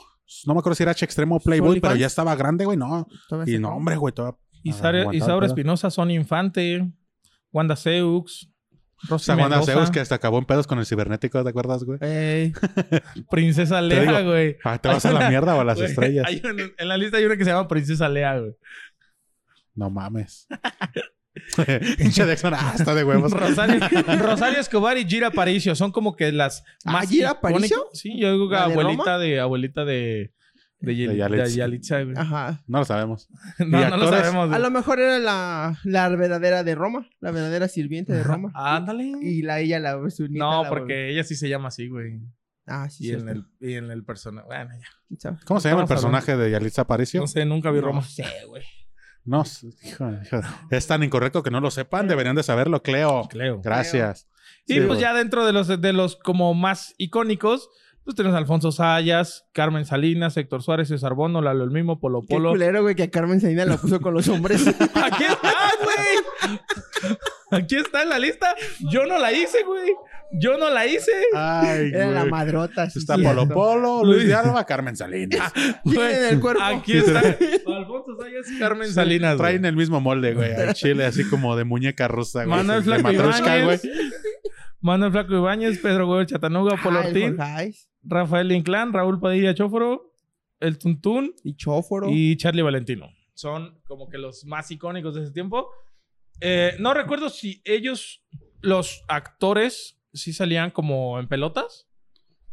Speaker 2: No me acuerdo si era H Extremo o Playboy, pero
Speaker 4: OnlyFans?
Speaker 2: ya estaba grande, güey. No.
Speaker 4: Todavía
Speaker 2: Y
Speaker 4: se
Speaker 2: no,
Speaker 4: acabó.
Speaker 2: hombre, güey. Todavía.
Speaker 3: Isaura
Speaker 2: aguantaba
Speaker 3: Isaura
Speaker 2: todo.
Speaker 3: Espinosa, Sonia Infante, Wanda Seux, Rosy
Speaker 2: Samantha
Speaker 3: Mendoza,
Speaker 2: Zeus que hasta acabó en pedos con el cibernético, ¿te acuerdas, güey?
Speaker 4: Ey,
Speaker 3: Princesa Lea,
Speaker 2: digo,
Speaker 3: güey.
Speaker 2: Ah, ¿Te vas a la mierda o a las
Speaker 3: Güey,
Speaker 2: estrellas?
Speaker 3: hay una- en la lista hay una que se llama Princesa Lea, güey.
Speaker 2: No mames. Pinche Dexon, ah, está de huevos.
Speaker 3: Rosario, Rosario Escobar y Gira Aparicio son como que las
Speaker 4: Ah,
Speaker 3: más
Speaker 4: ¿Gira
Speaker 3: icónicas.
Speaker 4: Aparicio?
Speaker 3: Sí, yo digo que
Speaker 4: ¿La de
Speaker 3: abuelita
Speaker 4: Roma?
Speaker 3: de abuelita de de, Yel-
Speaker 2: De Yalitza.
Speaker 3: de Yalitza, güey.
Speaker 4: Ajá.
Speaker 2: No lo sabemos.
Speaker 3: No, no lo
Speaker 2: actores?
Speaker 3: sabemos.
Speaker 4: A
Speaker 3: güey.
Speaker 4: lo mejor era la, la verdadera de Roma, la verdadera sirviente de Roma.
Speaker 3: Ándale.
Speaker 4: Y la ella la pues, su nieta,
Speaker 3: No,
Speaker 4: la-
Speaker 3: porque ella sí se llama así, güey.
Speaker 4: Ah, sí,
Speaker 3: Y en
Speaker 4: cierto.
Speaker 3: el y en el personaje, bueno, ya.
Speaker 4: Chao.
Speaker 2: ¿Cómo se llama el
Speaker 3: Estamos
Speaker 2: personaje de Yalitza Aparicio?
Speaker 3: No sé, nunca vi
Speaker 4: No
Speaker 3: Roma.
Speaker 4: sé, güey.
Speaker 2: No, sé, hijo, hijo. es tan incorrecto que no lo sepan, deberían de saberlo, Cleo.
Speaker 3: Creo.
Speaker 2: Gracias.
Speaker 3: Y
Speaker 2: Sí,
Speaker 3: pues
Speaker 2: güey.
Speaker 3: ya dentro de los, de los como más icónicos, pues tenemos a Alfonso Sayas, Carmen Salinas, Héctor Suárez, César Bono, Lalo el mismo, Polo
Speaker 4: Qué
Speaker 3: Polo.
Speaker 4: culero, güey, que a Carmen Salinas la puso con los hombres.
Speaker 3: Aquí está, güey. Aquí está en la lista. Yo no la hice, güey. Yo no la hice.
Speaker 2: Ay,
Speaker 4: Era la
Speaker 2: güey.
Speaker 4: madrota. sí,
Speaker 2: Está
Speaker 4: cierto.
Speaker 2: Polo Polo, Luis
Speaker 3: Luis.
Speaker 2: de Alba, Carmen Salinas.
Speaker 4: Tienen
Speaker 3: Güey,
Speaker 4: el cuerpo.
Speaker 3: Aquí está. Alfonso Sayas, Carmen Salinas. güey.
Speaker 2: Traen el mismo molde, güey. al Chile, así como de muñeca rusa, güey.
Speaker 3: Manuel
Speaker 2: De
Speaker 3: Flaco
Speaker 2: Matryoshka,
Speaker 3: Ibáñez.
Speaker 2: güey.
Speaker 3: Manuel Flaco Ibáñez, Pedro Gómez Chatanuga, Polo
Speaker 4: Ah, el
Speaker 3: Ortiz,
Speaker 4: Jorge
Speaker 3: Rafael Inclán, Raúl Padilla Chóforo, El Tuntún
Speaker 4: Y Chóforo.
Speaker 3: y Charlie Valentino. Son como que los más icónicos de ese tiempo. Eh, no recuerdo si ellos, los actores, sí salían como en pelotas.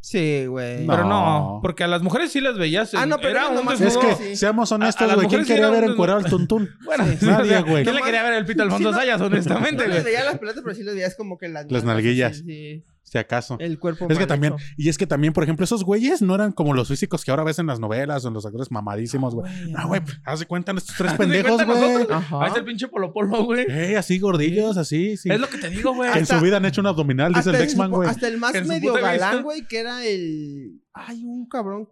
Speaker 4: Sí, güey.
Speaker 2: Eh, No.
Speaker 3: Pero no, porque a las mujeres sí las veías.
Speaker 4: Ah,
Speaker 3: en-
Speaker 4: no, pero
Speaker 3: era
Speaker 4: era
Speaker 3: un
Speaker 4: nomás-
Speaker 2: Es
Speaker 3: desnudo.
Speaker 4: Sí.
Speaker 2: que, seamos
Speaker 3: Pues A- a
Speaker 2: honestos,
Speaker 3: las
Speaker 2: güey. ¿Quién
Speaker 3: mujeres sí
Speaker 2: quería
Speaker 3: era
Speaker 2: ver
Speaker 3: un-
Speaker 2: encuerado al tuntún?
Speaker 3: Bueno, o sea,
Speaker 2: Nadie, güey.
Speaker 3: ¿Qué le
Speaker 4: Nomás-
Speaker 3: quería ver el pito a Alfonso
Speaker 4: Sí, no-
Speaker 3: Sayas, honestamente,
Speaker 4: No les
Speaker 3: güey?
Speaker 4: veía las pelotas, pero sí les veías como que las
Speaker 2: Las nalguillas.
Speaker 4: Sí, sí.
Speaker 2: Si acaso.
Speaker 4: El cuerpo.
Speaker 2: Es que
Speaker 4: mal
Speaker 2: también,
Speaker 4: hecho.
Speaker 2: y es que también, por ejemplo, esos güeyes no eran como los físicos que ahora ves en las novelas o en los actores mamadísimos, güey. Ah, güey, pues, haz de cuenta estos tres
Speaker 3: de cuenta
Speaker 2: pendejos, güey.
Speaker 3: nosotros.
Speaker 4: Ajá.
Speaker 3: Ahí está el pinche Polo Polo, güey.
Speaker 2: Ey, así gordillos, así, sí.
Speaker 3: Es lo que te digo, güey.
Speaker 2: Que en
Speaker 4: hasta-
Speaker 2: su vida han hecho un abdominal, dice el
Speaker 4: Hasta en su
Speaker 2: Dexman,
Speaker 4: po-
Speaker 2: güey.
Speaker 4: Hasta el
Speaker 3: En
Speaker 4: más
Speaker 3: su
Speaker 4: medio
Speaker 3: punto de vista.
Speaker 4: galán, güey, que era el. Ay, un cabrón.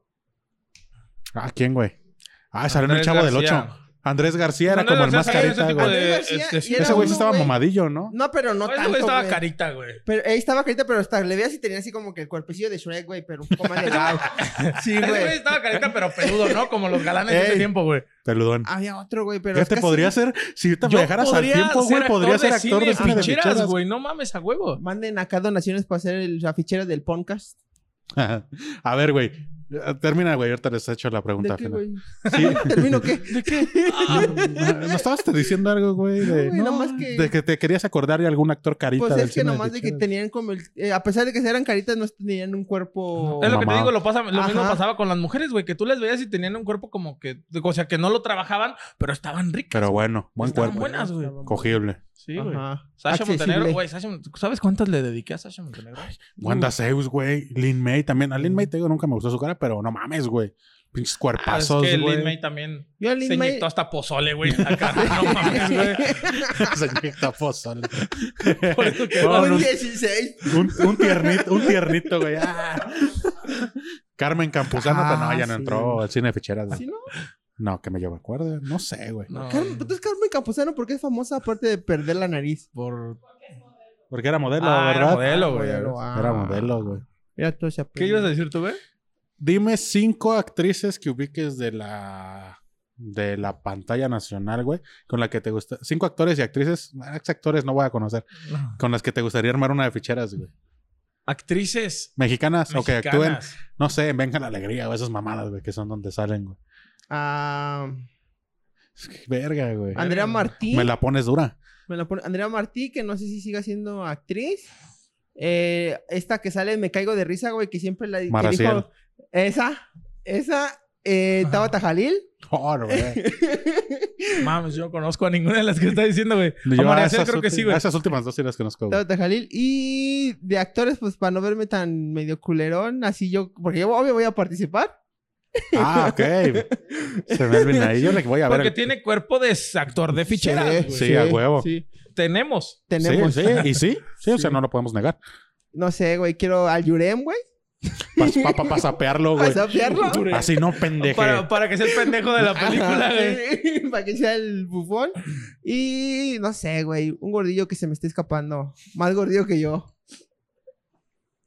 Speaker 2: Ah, ¿quién, güey? Ah, salió en el
Speaker 3: Andrés
Speaker 2: chavo del
Speaker 3: García.
Speaker 2: 8. Andrés García era
Speaker 3: Andrés
Speaker 2: como el
Speaker 3: García
Speaker 2: más
Speaker 3: salió en ese
Speaker 2: carita,
Speaker 3: tipo
Speaker 2: güey.
Speaker 3: de-
Speaker 4: Andrés García
Speaker 3: este,
Speaker 4: y era
Speaker 2: Ese güey sí
Speaker 4: uno,
Speaker 2: estaba mamadillo, ¿no?
Speaker 4: No, pero
Speaker 3: No,
Speaker 4: no
Speaker 3: ese
Speaker 4: tanto.
Speaker 3: güey estaba
Speaker 4: güey.
Speaker 3: carita, güey.
Speaker 4: Pero eh, estaba carita, pero hasta le veías y tenía así como que el cuerpecillo de Shrek, güey, pero un poco más delgado. sí,
Speaker 3: Ese güey
Speaker 4: güey.
Speaker 3: estaba carita, pero peludo, ¿no? Como los galanes de ese
Speaker 2: Ey.
Speaker 3: tiempo, güey.
Speaker 2: Peludón.
Speaker 4: Había otro, güey, ah, pero.
Speaker 2: Ya te
Speaker 4: casi-
Speaker 2: podría ser, si te
Speaker 3: Yo
Speaker 2: viajaras al
Speaker 3: podría
Speaker 2: tiempo,
Speaker 3: ser
Speaker 2: güey, podría ser actor de cine de
Speaker 3: ficheras,
Speaker 2: ficheras,
Speaker 3: güey. No mames a huevo.
Speaker 4: Manden acá donaciones para hacer el- la fichera del podcast.
Speaker 2: A ver, güey. eh, Termina, güey. Ahorita les he hecho la pregunta.
Speaker 4: ¿De qué,
Speaker 2: final.
Speaker 4: güey?
Speaker 2: Sí.
Speaker 4: ¿Termino qué? ¿De qué?
Speaker 2: Me estabas te diciendo algo, güey, de,
Speaker 4: güey, nomás que-
Speaker 2: de que te querías acordar de algún actor carita
Speaker 4: Pues
Speaker 2: del
Speaker 4: es que
Speaker 2: cine de
Speaker 4: nomás de que
Speaker 2: ficheras.
Speaker 4: tenían como el. eh, a pesar de que eran caritas, no tenían un cuerpo.
Speaker 3: Es lo que te
Speaker 2: Mamá.
Speaker 3: digo, lo, pasa, lo mismo
Speaker 4: Ajá.
Speaker 3: pasaba con las mujeres, güey, que tú las veías y tenían un cuerpo como que, o sea, que no lo trabajaban, pero estaban ricas.
Speaker 2: Pero bueno, buen
Speaker 3: Estaban
Speaker 2: cuerpo.
Speaker 3: buenas, güey.
Speaker 2: Cogible.
Speaker 3: Sí, güey.
Speaker 4: Ajá.
Speaker 3: Sasha
Speaker 4: Accesible.
Speaker 3: Montenegro, güey, Sasha Mont- ¿sabes cuántas le dediqué a Sasha Montenegro?
Speaker 2: Wanda Zeus, güey. Lin May también. A Lin May, te digo, nunca me gustó su cara, pero no mames, güey. Pinches
Speaker 3: Ah, es
Speaker 2: cuerpazos,
Speaker 3: que
Speaker 2: güey.
Speaker 3: Lin May también
Speaker 4: Yo a Lin
Speaker 3: se
Speaker 4: May-
Speaker 3: inyectó hasta pozole, güey, en la cara. No mames, güey.
Speaker 2: Se inyecta pozole.
Speaker 3: Por eso que-
Speaker 2: Bueno,
Speaker 4: Un
Speaker 2: un-
Speaker 4: 16.
Speaker 2: un, un tiernito, un tiernito, güey. Ah. Carmen Campuzano,
Speaker 4: Ah,
Speaker 2: pero no, ya no
Speaker 4: sí.
Speaker 2: entró al cine de ficheras. güey.
Speaker 4: ¿Sí, no?
Speaker 2: No, que me yo me acuerde. No sé, güey.
Speaker 3: No,
Speaker 4: Carmen, entonces Carmen Campuzano, ¿por qué es famosa aparte de perder la nariz?
Speaker 3: por...
Speaker 2: Porque era modelo,
Speaker 3: Ah, era
Speaker 2: ¿verdad?
Speaker 3: modelo, güey.
Speaker 4: Modelo, ah.
Speaker 2: Era modelo, güey.
Speaker 4: Mira, todo se
Speaker 3: ¿Qué
Speaker 4: aprende.
Speaker 3: ibas a decir tú, güey?
Speaker 2: Dime cinco actrices que ubiques de la de la pantalla nacional, güey, con la que te gusta. Cinco actores y actrices, ex actores no voy a conocer, con las que te gustaría armar una de ficheras, güey.
Speaker 3: Actrices
Speaker 2: Mexicanas, o que actúen,
Speaker 3: mexicanas.
Speaker 2: no sé, venga la alegría o esas mamadas, güey, que son donde salen, güey.
Speaker 4: Ah,
Speaker 2: Es que verga, güey.
Speaker 4: Andrea Martí.
Speaker 2: Me la pones dura.
Speaker 4: me la pone- Andrea Martí, que no sé si siga siendo actriz. Eh, esta que sale, me caigo de risa, güey, que siempre la que
Speaker 2: Maraciel.
Speaker 4: dijo. Esa, esa, eh, Tabata Jalil.
Speaker 2: Oh, no, güey.
Speaker 3: Mames, yo no conozco a ninguna de las que está diciendo, güey.
Speaker 2: Yo
Speaker 3: A
Speaker 2: a
Speaker 3: Maracel
Speaker 2: esas,
Speaker 3: creo que
Speaker 2: ulti-
Speaker 3: sí, güey.
Speaker 2: a esas últimas dos sí las conozco, güey.
Speaker 4: Tabata Jalil. Y de actores, pues para no verme tan medio culerón, así yo, porque yo obvio voy a participar.
Speaker 2: Ah, ok. Se me olvida ahí. Yo le voy a ver.
Speaker 3: Porque
Speaker 2: el-
Speaker 3: tiene cuerpo de s- actor de fichera. güey.
Speaker 2: sí, a huevo.
Speaker 4: Sí,
Speaker 3: Tenemos.
Speaker 4: tenemos.
Speaker 2: Sí, sí, y sí. Sí, o sea,
Speaker 4: Sí.
Speaker 2: no lo podemos negar.
Speaker 4: No sé, güey, quiero al Yurem, güey.
Speaker 2: Para pa, pa sapearlo, güey.
Speaker 4: sapearlo.
Speaker 2: Así no, pendeje.
Speaker 3: Para, para que sea el pendejo de la película,
Speaker 4: Ajá,
Speaker 3: güey.
Speaker 4: sí, Para que sea el bufón. Y no sé, güey. Un gordillo que se me está escapando. Más gordillo que yo.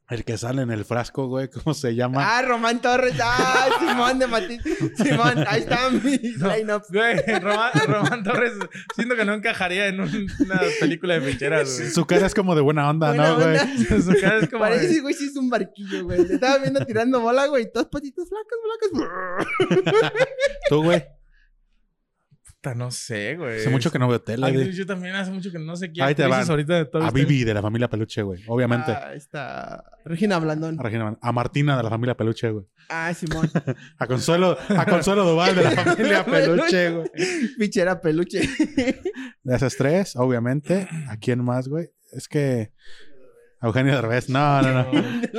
Speaker 2: El que sale en el frasco, güey, ¿cómo se llama?
Speaker 4: Ah, Román Torres. Ah, Simón de Matín. Simón, ahí están mis
Speaker 3: No.
Speaker 4: lineups.
Speaker 3: Güey, Román, Román Torres, siento que no encajaría en un- una película de ficheras, güey.
Speaker 2: Su cara es como de buena onda,
Speaker 4: Buena
Speaker 2: ¿no, güey?
Speaker 4: onda.
Speaker 3: Su cara es como
Speaker 4: Parece
Speaker 3: de-
Speaker 4: ese güey sí es un barquillo, güey. Le estaba viendo tirando bola, güey. Todos patitas flacas, flacas.
Speaker 2: Tú, güey.
Speaker 3: Puta, no sé, güey.
Speaker 2: Hace mucho que no veo tele.
Speaker 3: Ay,
Speaker 2: güey.
Speaker 3: Yo también hace mucho que no sé quién
Speaker 2: Ahí te
Speaker 3: actrices
Speaker 2: van.
Speaker 3: ahorita de todo
Speaker 2: A
Speaker 3: este-
Speaker 2: Vivi de la familia Peluche, güey. Obviamente.
Speaker 4: Ah, está Regina Blandón.
Speaker 2: A, Regina- a Martina de la familia Peluche, güey.
Speaker 4: Ah, Simón.
Speaker 2: A Consuelo, a Consuelo Duval de la familia Peluche, güey.
Speaker 4: Pichera peluche.
Speaker 2: De esas tres, obviamente. ¿A quién más, güey? Es que. A Eugenio Derbez. No, no, no.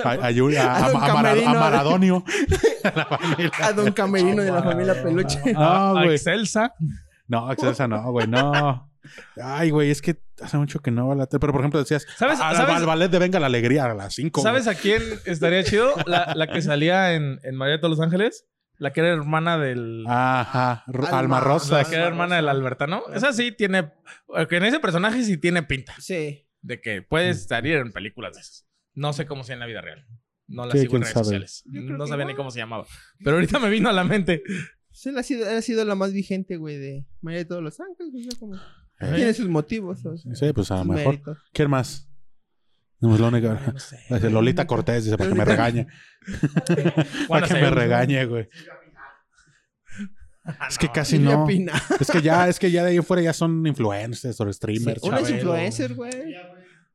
Speaker 2: A, a Yuri- a-
Speaker 4: A
Speaker 2: a-
Speaker 4: Don
Speaker 2: a Mara-
Speaker 4: Camerino.
Speaker 2: a Maradonio. De la familia.
Speaker 4: A Don Camerino
Speaker 2: Ah,
Speaker 4: de la familia peluche.
Speaker 3: A-
Speaker 2: No,
Speaker 3: a
Speaker 2: ah, güey.
Speaker 3: Excelsa.
Speaker 2: No, Excelsa no, güey, no. Ay, güey, es que hace mucho que no va la tele. Pero, por ejemplo, decías,
Speaker 3: ¿Sabes-
Speaker 2: "Ah,
Speaker 3: sabes-
Speaker 2: al ballet de Venga la Alegría a las 5.
Speaker 3: ¿Sabes a quién estaría chido? La, la que salía en, en María de todos los Ángeles. La que era hermana del...
Speaker 2: Ah, Ajá, R-
Speaker 4: Alma-
Speaker 2: Alma,
Speaker 3: la
Speaker 2: Rosa.
Speaker 3: que era hermana del Albertano. Esa sí tiene... que En ese personaje sí tiene pinta.
Speaker 4: Sí.
Speaker 3: de que
Speaker 2: Mm.
Speaker 3: puedes salir en películas de esas. No sé cómo sea en la vida real. No la
Speaker 2: Sí,
Speaker 3: sigo en
Speaker 2: quién
Speaker 3: redes
Speaker 2: sabe.
Speaker 3: sociales.
Speaker 4: Yo creo
Speaker 3: No
Speaker 4: que
Speaker 3: sabía
Speaker 4: igual.
Speaker 3: ni cómo se llamaba. Pero ahorita me vino a la mente.
Speaker 4: Sí, la pues, ha sido, ha sido la más vigente, güey, de María de todos los ángeles. o sea, como-
Speaker 2: Eh.
Speaker 4: Tiene sus motivos. o sea,
Speaker 2: Sí, pues a lo
Speaker 4: sus
Speaker 2: mejor.
Speaker 4: méritos.
Speaker 2: ¿Quién más? No es lo único.
Speaker 3: Ay, no sé.
Speaker 2: Dice, Lolita Cortés dice para que me
Speaker 4: Lolita-
Speaker 2: regañe.
Speaker 3: Juana
Speaker 2: Para que me
Speaker 3: Zeus.
Speaker 2: regañe, güey.
Speaker 3: Ah,
Speaker 2: Es que
Speaker 3: no.
Speaker 2: casi
Speaker 4: Silvia
Speaker 2: no.
Speaker 4: Pina.
Speaker 2: Es que ya, es que ya de ahí fuera ya son influencers o streamers.
Speaker 3: Sí,
Speaker 4: Una es
Speaker 3: Chabelo.
Speaker 4: influencer, güey.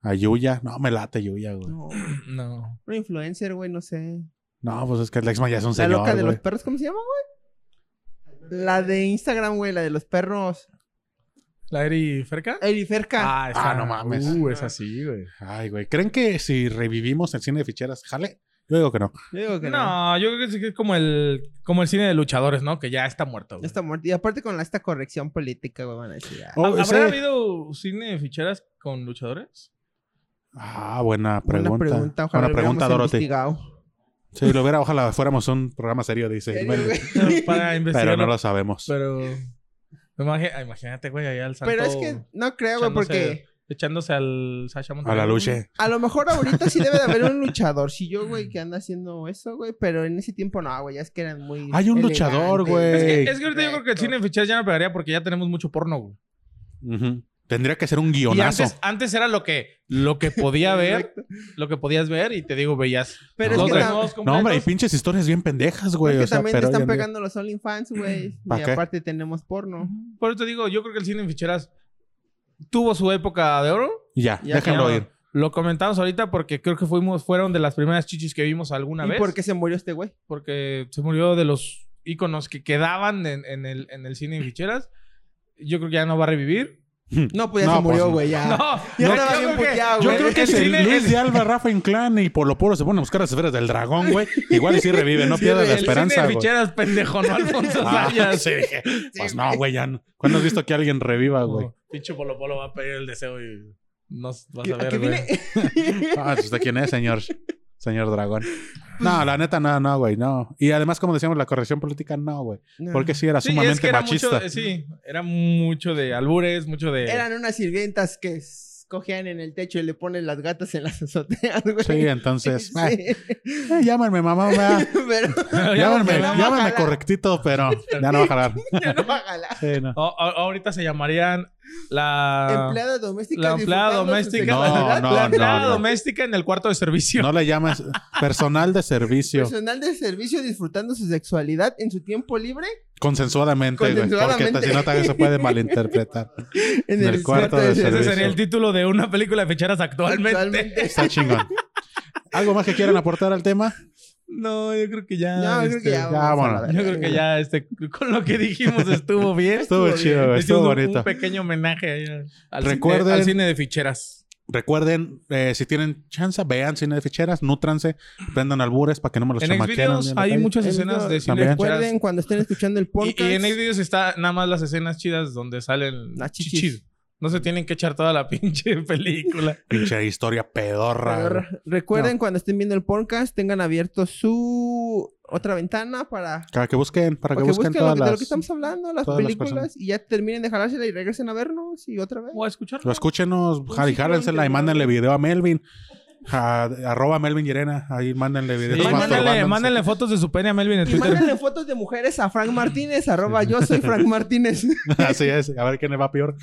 Speaker 2: A Yuya. No, me late Yuya, güey.
Speaker 4: No,
Speaker 3: No.
Speaker 4: una influencer, güey, no sé.
Speaker 2: No, pues es que Lexma ya es un
Speaker 4: La
Speaker 2: señor,
Speaker 4: loca de
Speaker 2: güey.
Speaker 4: los perros, ¿cómo se llama, güey? La de Instagram, güey, la de los perros.
Speaker 3: ¿La Eri Ferca?
Speaker 4: Eriferca.
Speaker 2: Ah, no mames.
Speaker 3: Uh, es así, güey.
Speaker 2: Ay, güey. ¿Creen que si revivimos el cine de ficheras, jale? Yo digo que no.
Speaker 4: Yo digo que no.
Speaker 3: No, yo creo que sí que es como el, como el cine de luchadores, ¿no? Que ya está muerto.
Speaker 4: Ya
Speaker 3: güey.
Speaker 4: está muerta. Y aparte con la- esta corrección política, güey, van a decir. ah,
Speaker 2: Oh,
Speaker 3: ¿Habrá
Speaker 2: ese-
Speaker 3: habido cine de ficheras con luchadores?
Speaker 2: Ah, buena pregunta.
Speaker 4: Buena
Speaker 2: Buena pregunta,
Speaker 4: pregunta, ojalá lo hubiéramos
Speaker 2: Dorothy.
Speaker 4: investigado.
Speaker 2: Si lo hubiera, ojalá fuéramos un programa serio, dice.
Speaker 4: Serio,
Speaker 2: Imelda.
Speaker 4: güey.
Speaker 3: Para investigarlo.
Speaker 2: Pero no lo sabemos.
Speaker 3: Pero... Imagi- ah, Imagínate, güey, allá al santo...
Speaker 4: Pero es que no creo, güey,
Speaker 3: echándose-
Speaker 4: porque
Speaker 3: Echándose al Sasha
Speaker 2: A
Speaker 3: Montenegro.
Speaker 2: la luche.
Speaker 4: a lo mejor ahorita sí debe de haber un luchador. Si yo, güey, que anda haciendo eso, güey, pero en ese tiempo no, güey, ya es que eran muy.
Speaker 2: Hay un
Speaker 4: elegantes,
Speaker 2: luchador, güey.
Speaker 3: Es que,
Speaker 2: Ey.
Speaker 3: es que ahorita yo creo que el cine de ficheras ya no pegaría porque ya tenemos mucho porno, güey.
Speaker 2: Ujú. Tendría que ser un
Speaker 3: Y
Speaker 2: guionazo.
Speaker 3: antes, antes era lo que, lo que podía ver,
Speaker 4: Exacto.
Speaker 3: lo que podías ver y te digo, veías.
Speaker 4: Pero
Speaker 3: los
Speaker 4: es que,
Speaker 2: Hombre,
Speaker 4: tam-
Speaker 3: desnudos
Speaker 2: No, hombre, hay
Speaker 3: completos.
Speaker 2: pinches historias bien pendejas,
Speaker 4: es
Speaker 2: güey.
Speaker 4: que
Speaker 2: o sea,
Speaker 4: también
Speaker 2: pero hoy
Speaker 4: están
Speaker 2: en día-
Speaker 4: pegando los OnlyFans, güey.
Speaker 2: ¿Pa'
Speaker 4: Y
Speaker 2: qué?
Speaker 4: aparte tenemos porno.
Speaker 3: Por eso te digo, yo creo que el cine de ficheras tuvo su época de oro.
Speaker 2: Ya,
Speaker 4: Ya
Speaker 2: déjenlo
Speaker 3: Ya
Speaker 2: ir.
Speaker 3: Lo comentamos ahorita porque creo que fuimos, fueron de las primeras chichis que vimos alguna
Speaker 4: ¿Y
Speaker 3: vez.
Speaker 4: por qué se murió este güey?
Speaker 3: Porque se murió de los íconos que quedaban en, en el, en el cine de ficheras. Yo creo que ya no va a revivir.
Speaker 4: No, pues ya
Speaker 2: No,
Speaker 4: se murió,
Speaker 2: pues,
Speaker 4: güey, ya.
Speaker 3: No,
Speaker 4: Ya
Speaker 3: no,
Speaker 4: estaba
Speaker 3: yo
Speaker 4: bien
Speaker 3: creo que-
Speaker 4: puteado,
Speaker 2: Yo
Speaker 4: güey.
Speaker 2: creo que
Speaker 3: el
Speaker 2: si
Speaker 3: cine-
Speaker 2: Luis
Speaker 3: el-
Speaker 2: de Alba, Rafa Inclán y Polo Polo se ponen a buscar las esferas del dragón, güey. Igual y sí revive, no
Speaker 4: Sí,
Speaker 2: pierdas la
Speaker 3: El
Speaker 4: el
Speaker 3: cine
Speaker 2: esperanza,
Speaker 3: de
Speaker 2: güey.
Speaker 3: ficheras, pendejo, no Alfonso
Speaker 2: Ah,
Speaker 3: Sayas.
Speaker 2: sí, dije, Pues no, güey, ya no. ¿Cuándo has visto que alguien reviva, güey?
Speaker 3: No, Pinche Polo Polo va a pedir el deseo y nos vas
Speaker 4: ¿A
Speaker 3: a ver,
Speaker 4: qué
Speaker 3: güey.
Speaker 4: viene?
Speaker 2: Ah, ¿usted quién es, señor? Señor Dragón. No, la neta, no, no, güey, no. Y además, como decíamos, la corrección política, no, güey.
Speaker 4: No.
Speaker 2: Porque sí, era
Speaker 3: Sí,
Speaker 2: sumamente
Speaker 3: es que era
Speaker 2: machista.
Speaker 3: mucho, eh, sí, era mucho de albures, mucho de...
Speaker 4: Eran unas sirvientas que s- cogían en el techo y le ponen las gatas en las azoteas, güey.
Speaker 2: Sí, entonces.
Speaker 4: Sí.
Speaker 2: ay, ay, llámame, mamá. va.
Speaker 4: Pero
Speaker 2: Llámame,
Speaker 4: no va a
Speaker 2: llámame
Speaker 4: jalar.
Speaker 2: correctito, pero ya no va a jalar.
Speaker 4: ya no va a jalar.
Speaker 2: Sí, no.
Speaker 3: A- a- ahorita se llamarían la...
Speaker 4: Empleada doméstica.
Speaker 3: La empleada
Speaker 4: disfrutando su
Speaker 3: doméstica.
Speaker 4: sexualidad.
Speaker 2: No,
Speaker 3: la empleada
Speaker 2: no, no.
Speaker 3: doméstica en el cuarto de servicio.
Speaker 2: No le llamas personal de
Speaker 3: Pues
Speaker 2: servicio
Speaker 4: Personal de servicio disfrutando su sexualidad en su tiempo libre
Speaker 2: consensuadamente, güey. Porque
Speaker 4: Consensuadamente.
Speaker 2: si no, también se puede malinterpretar.
Speaker 4: en
Speaker 2: Del
Speaker 4: el
Speaker 2: cuarto
Speaker 4: cuarto de
Speaker 2: de
Speaker 3: Ese
Speaker 4: servicio.
Speaker 2: servicio.
Speaker 3: sería el título de una película de ficheras actualmente.
Speaker 4: Actualmente.
Speaker 2: Está chingón. ¿Algo más que quieran aportar al tema?
Speaker 3: No, yo creo que ya...
Speaker 4: Ya, yo creo
Speaker 3: este,
Speaker 4: que Ah,
Speaker 2: ya,
Speaker 4: ya. vamos a la
Speaker 2: vámonos.
Speaker 4: verga.
Speaker 3: yo creo que ya, este, con lo que dijimos estuvo bien.
Speaker 2: Estuvo chido, güey. Estuvo
Speaker 3: Hicimos un-
Speaker 2: bonito.
Speaker 3: Un pequeño homenaje ahí al- al,
Speaker 2: Recuerden-
Speaker 3: cine, al cine de ficheras.
Speaker 2: Recuerden, eh, si tienen chance, vean cine de ficheras, nútranse, prendan albures para que no me los
Speaker 3: En
Speaker 2: chamaquean.
Speaker 3: Xvideos hay muchas
Speaker 4: Es
Speaker 3: escenas
Speaker 4: lo-
Speaker 3: de cine de
Speaker 2: también.
Speaker 3: ficheras.
Speaker 4: Recuerden cuando estén escuchando el
Speaker 3: Y,
Speaker 4: podcast.
Speaker 3: y en Xvideos está nada más las escenas chidas donde salen
Speaker 4: Las
Speaker 3: las
Speaker 4: chichis.
Speaker 3: chichis. No se tienen que echar toda la pinche película.
Speaker 2: Pinche historia pedorra. güey.
Speaker 4: Re- Recuerden cuando estén viendo el podcast, tengan abierto su otra ventana para,
Speaker 2: Para que busquen, para que
Speaker 4: para que
Speaker 2: busquen
Speaker 4: busquen lo
Speaker 2: todas
Speaker 4: que, de lo
Speaker 2: las...
Speaker 4: que estamos hablando, las
Speaker 2: todas las
Speaker 4: películas,
Speaker 2: personas.
Speaker 4: y ya terminen de jalársela y regresen a vernos y otra vez.
Speaker 3: O a escuchar.
Speaker 2: Lo escúchenos,
Speaker 4: Pues sí,
Speaker 2: jálensela y
Speaker 4: claro.
Speaker 2: mándenle video a Melvin. A- arroba Melvin Llerena. Ahí mándenle videos.
Speaker 3: Sí, mándenle,
Speaker 2: masturbándose.
Speaker 3: mándenle fotos de su pene a Melvin en
Speaker 4: Y
Speaker 3: Twitter.
Speaker 4: mándenle fotos de mujeres a Frank Martínez, arroba yo soy Frank Martínez.
Speaker 2: Así es. A ver quién le va peor.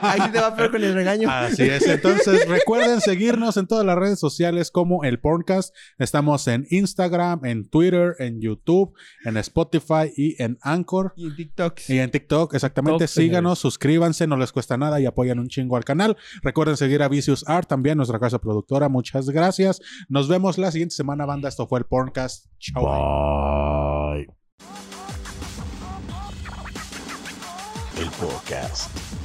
Speaker 4: Ahí sí te va a peor con el regaño.
Speaker 2: Así es. Entonces, recuerden seguirnos en todas las redes sociales como el Porncast. Estamos en Instagram, en Twitter, en YouTube, en Spotify y en Anchor.
Speaker 4: Y en TikToks.
Speaker 2: Y en TikTok, exactamente.
Speaker 3: Tok,
Speaker 2: Síganos, suscríbanse, no les cuesta nada y apoyan un chingo al canal. Recuerden seguir a Vicious Art, también nuestra casa productora. Muchas gracias. Nos vemos la siguiente semana, banda. Esto fue el Porncast. Chao.
Speaker 1: Bye. El podcast.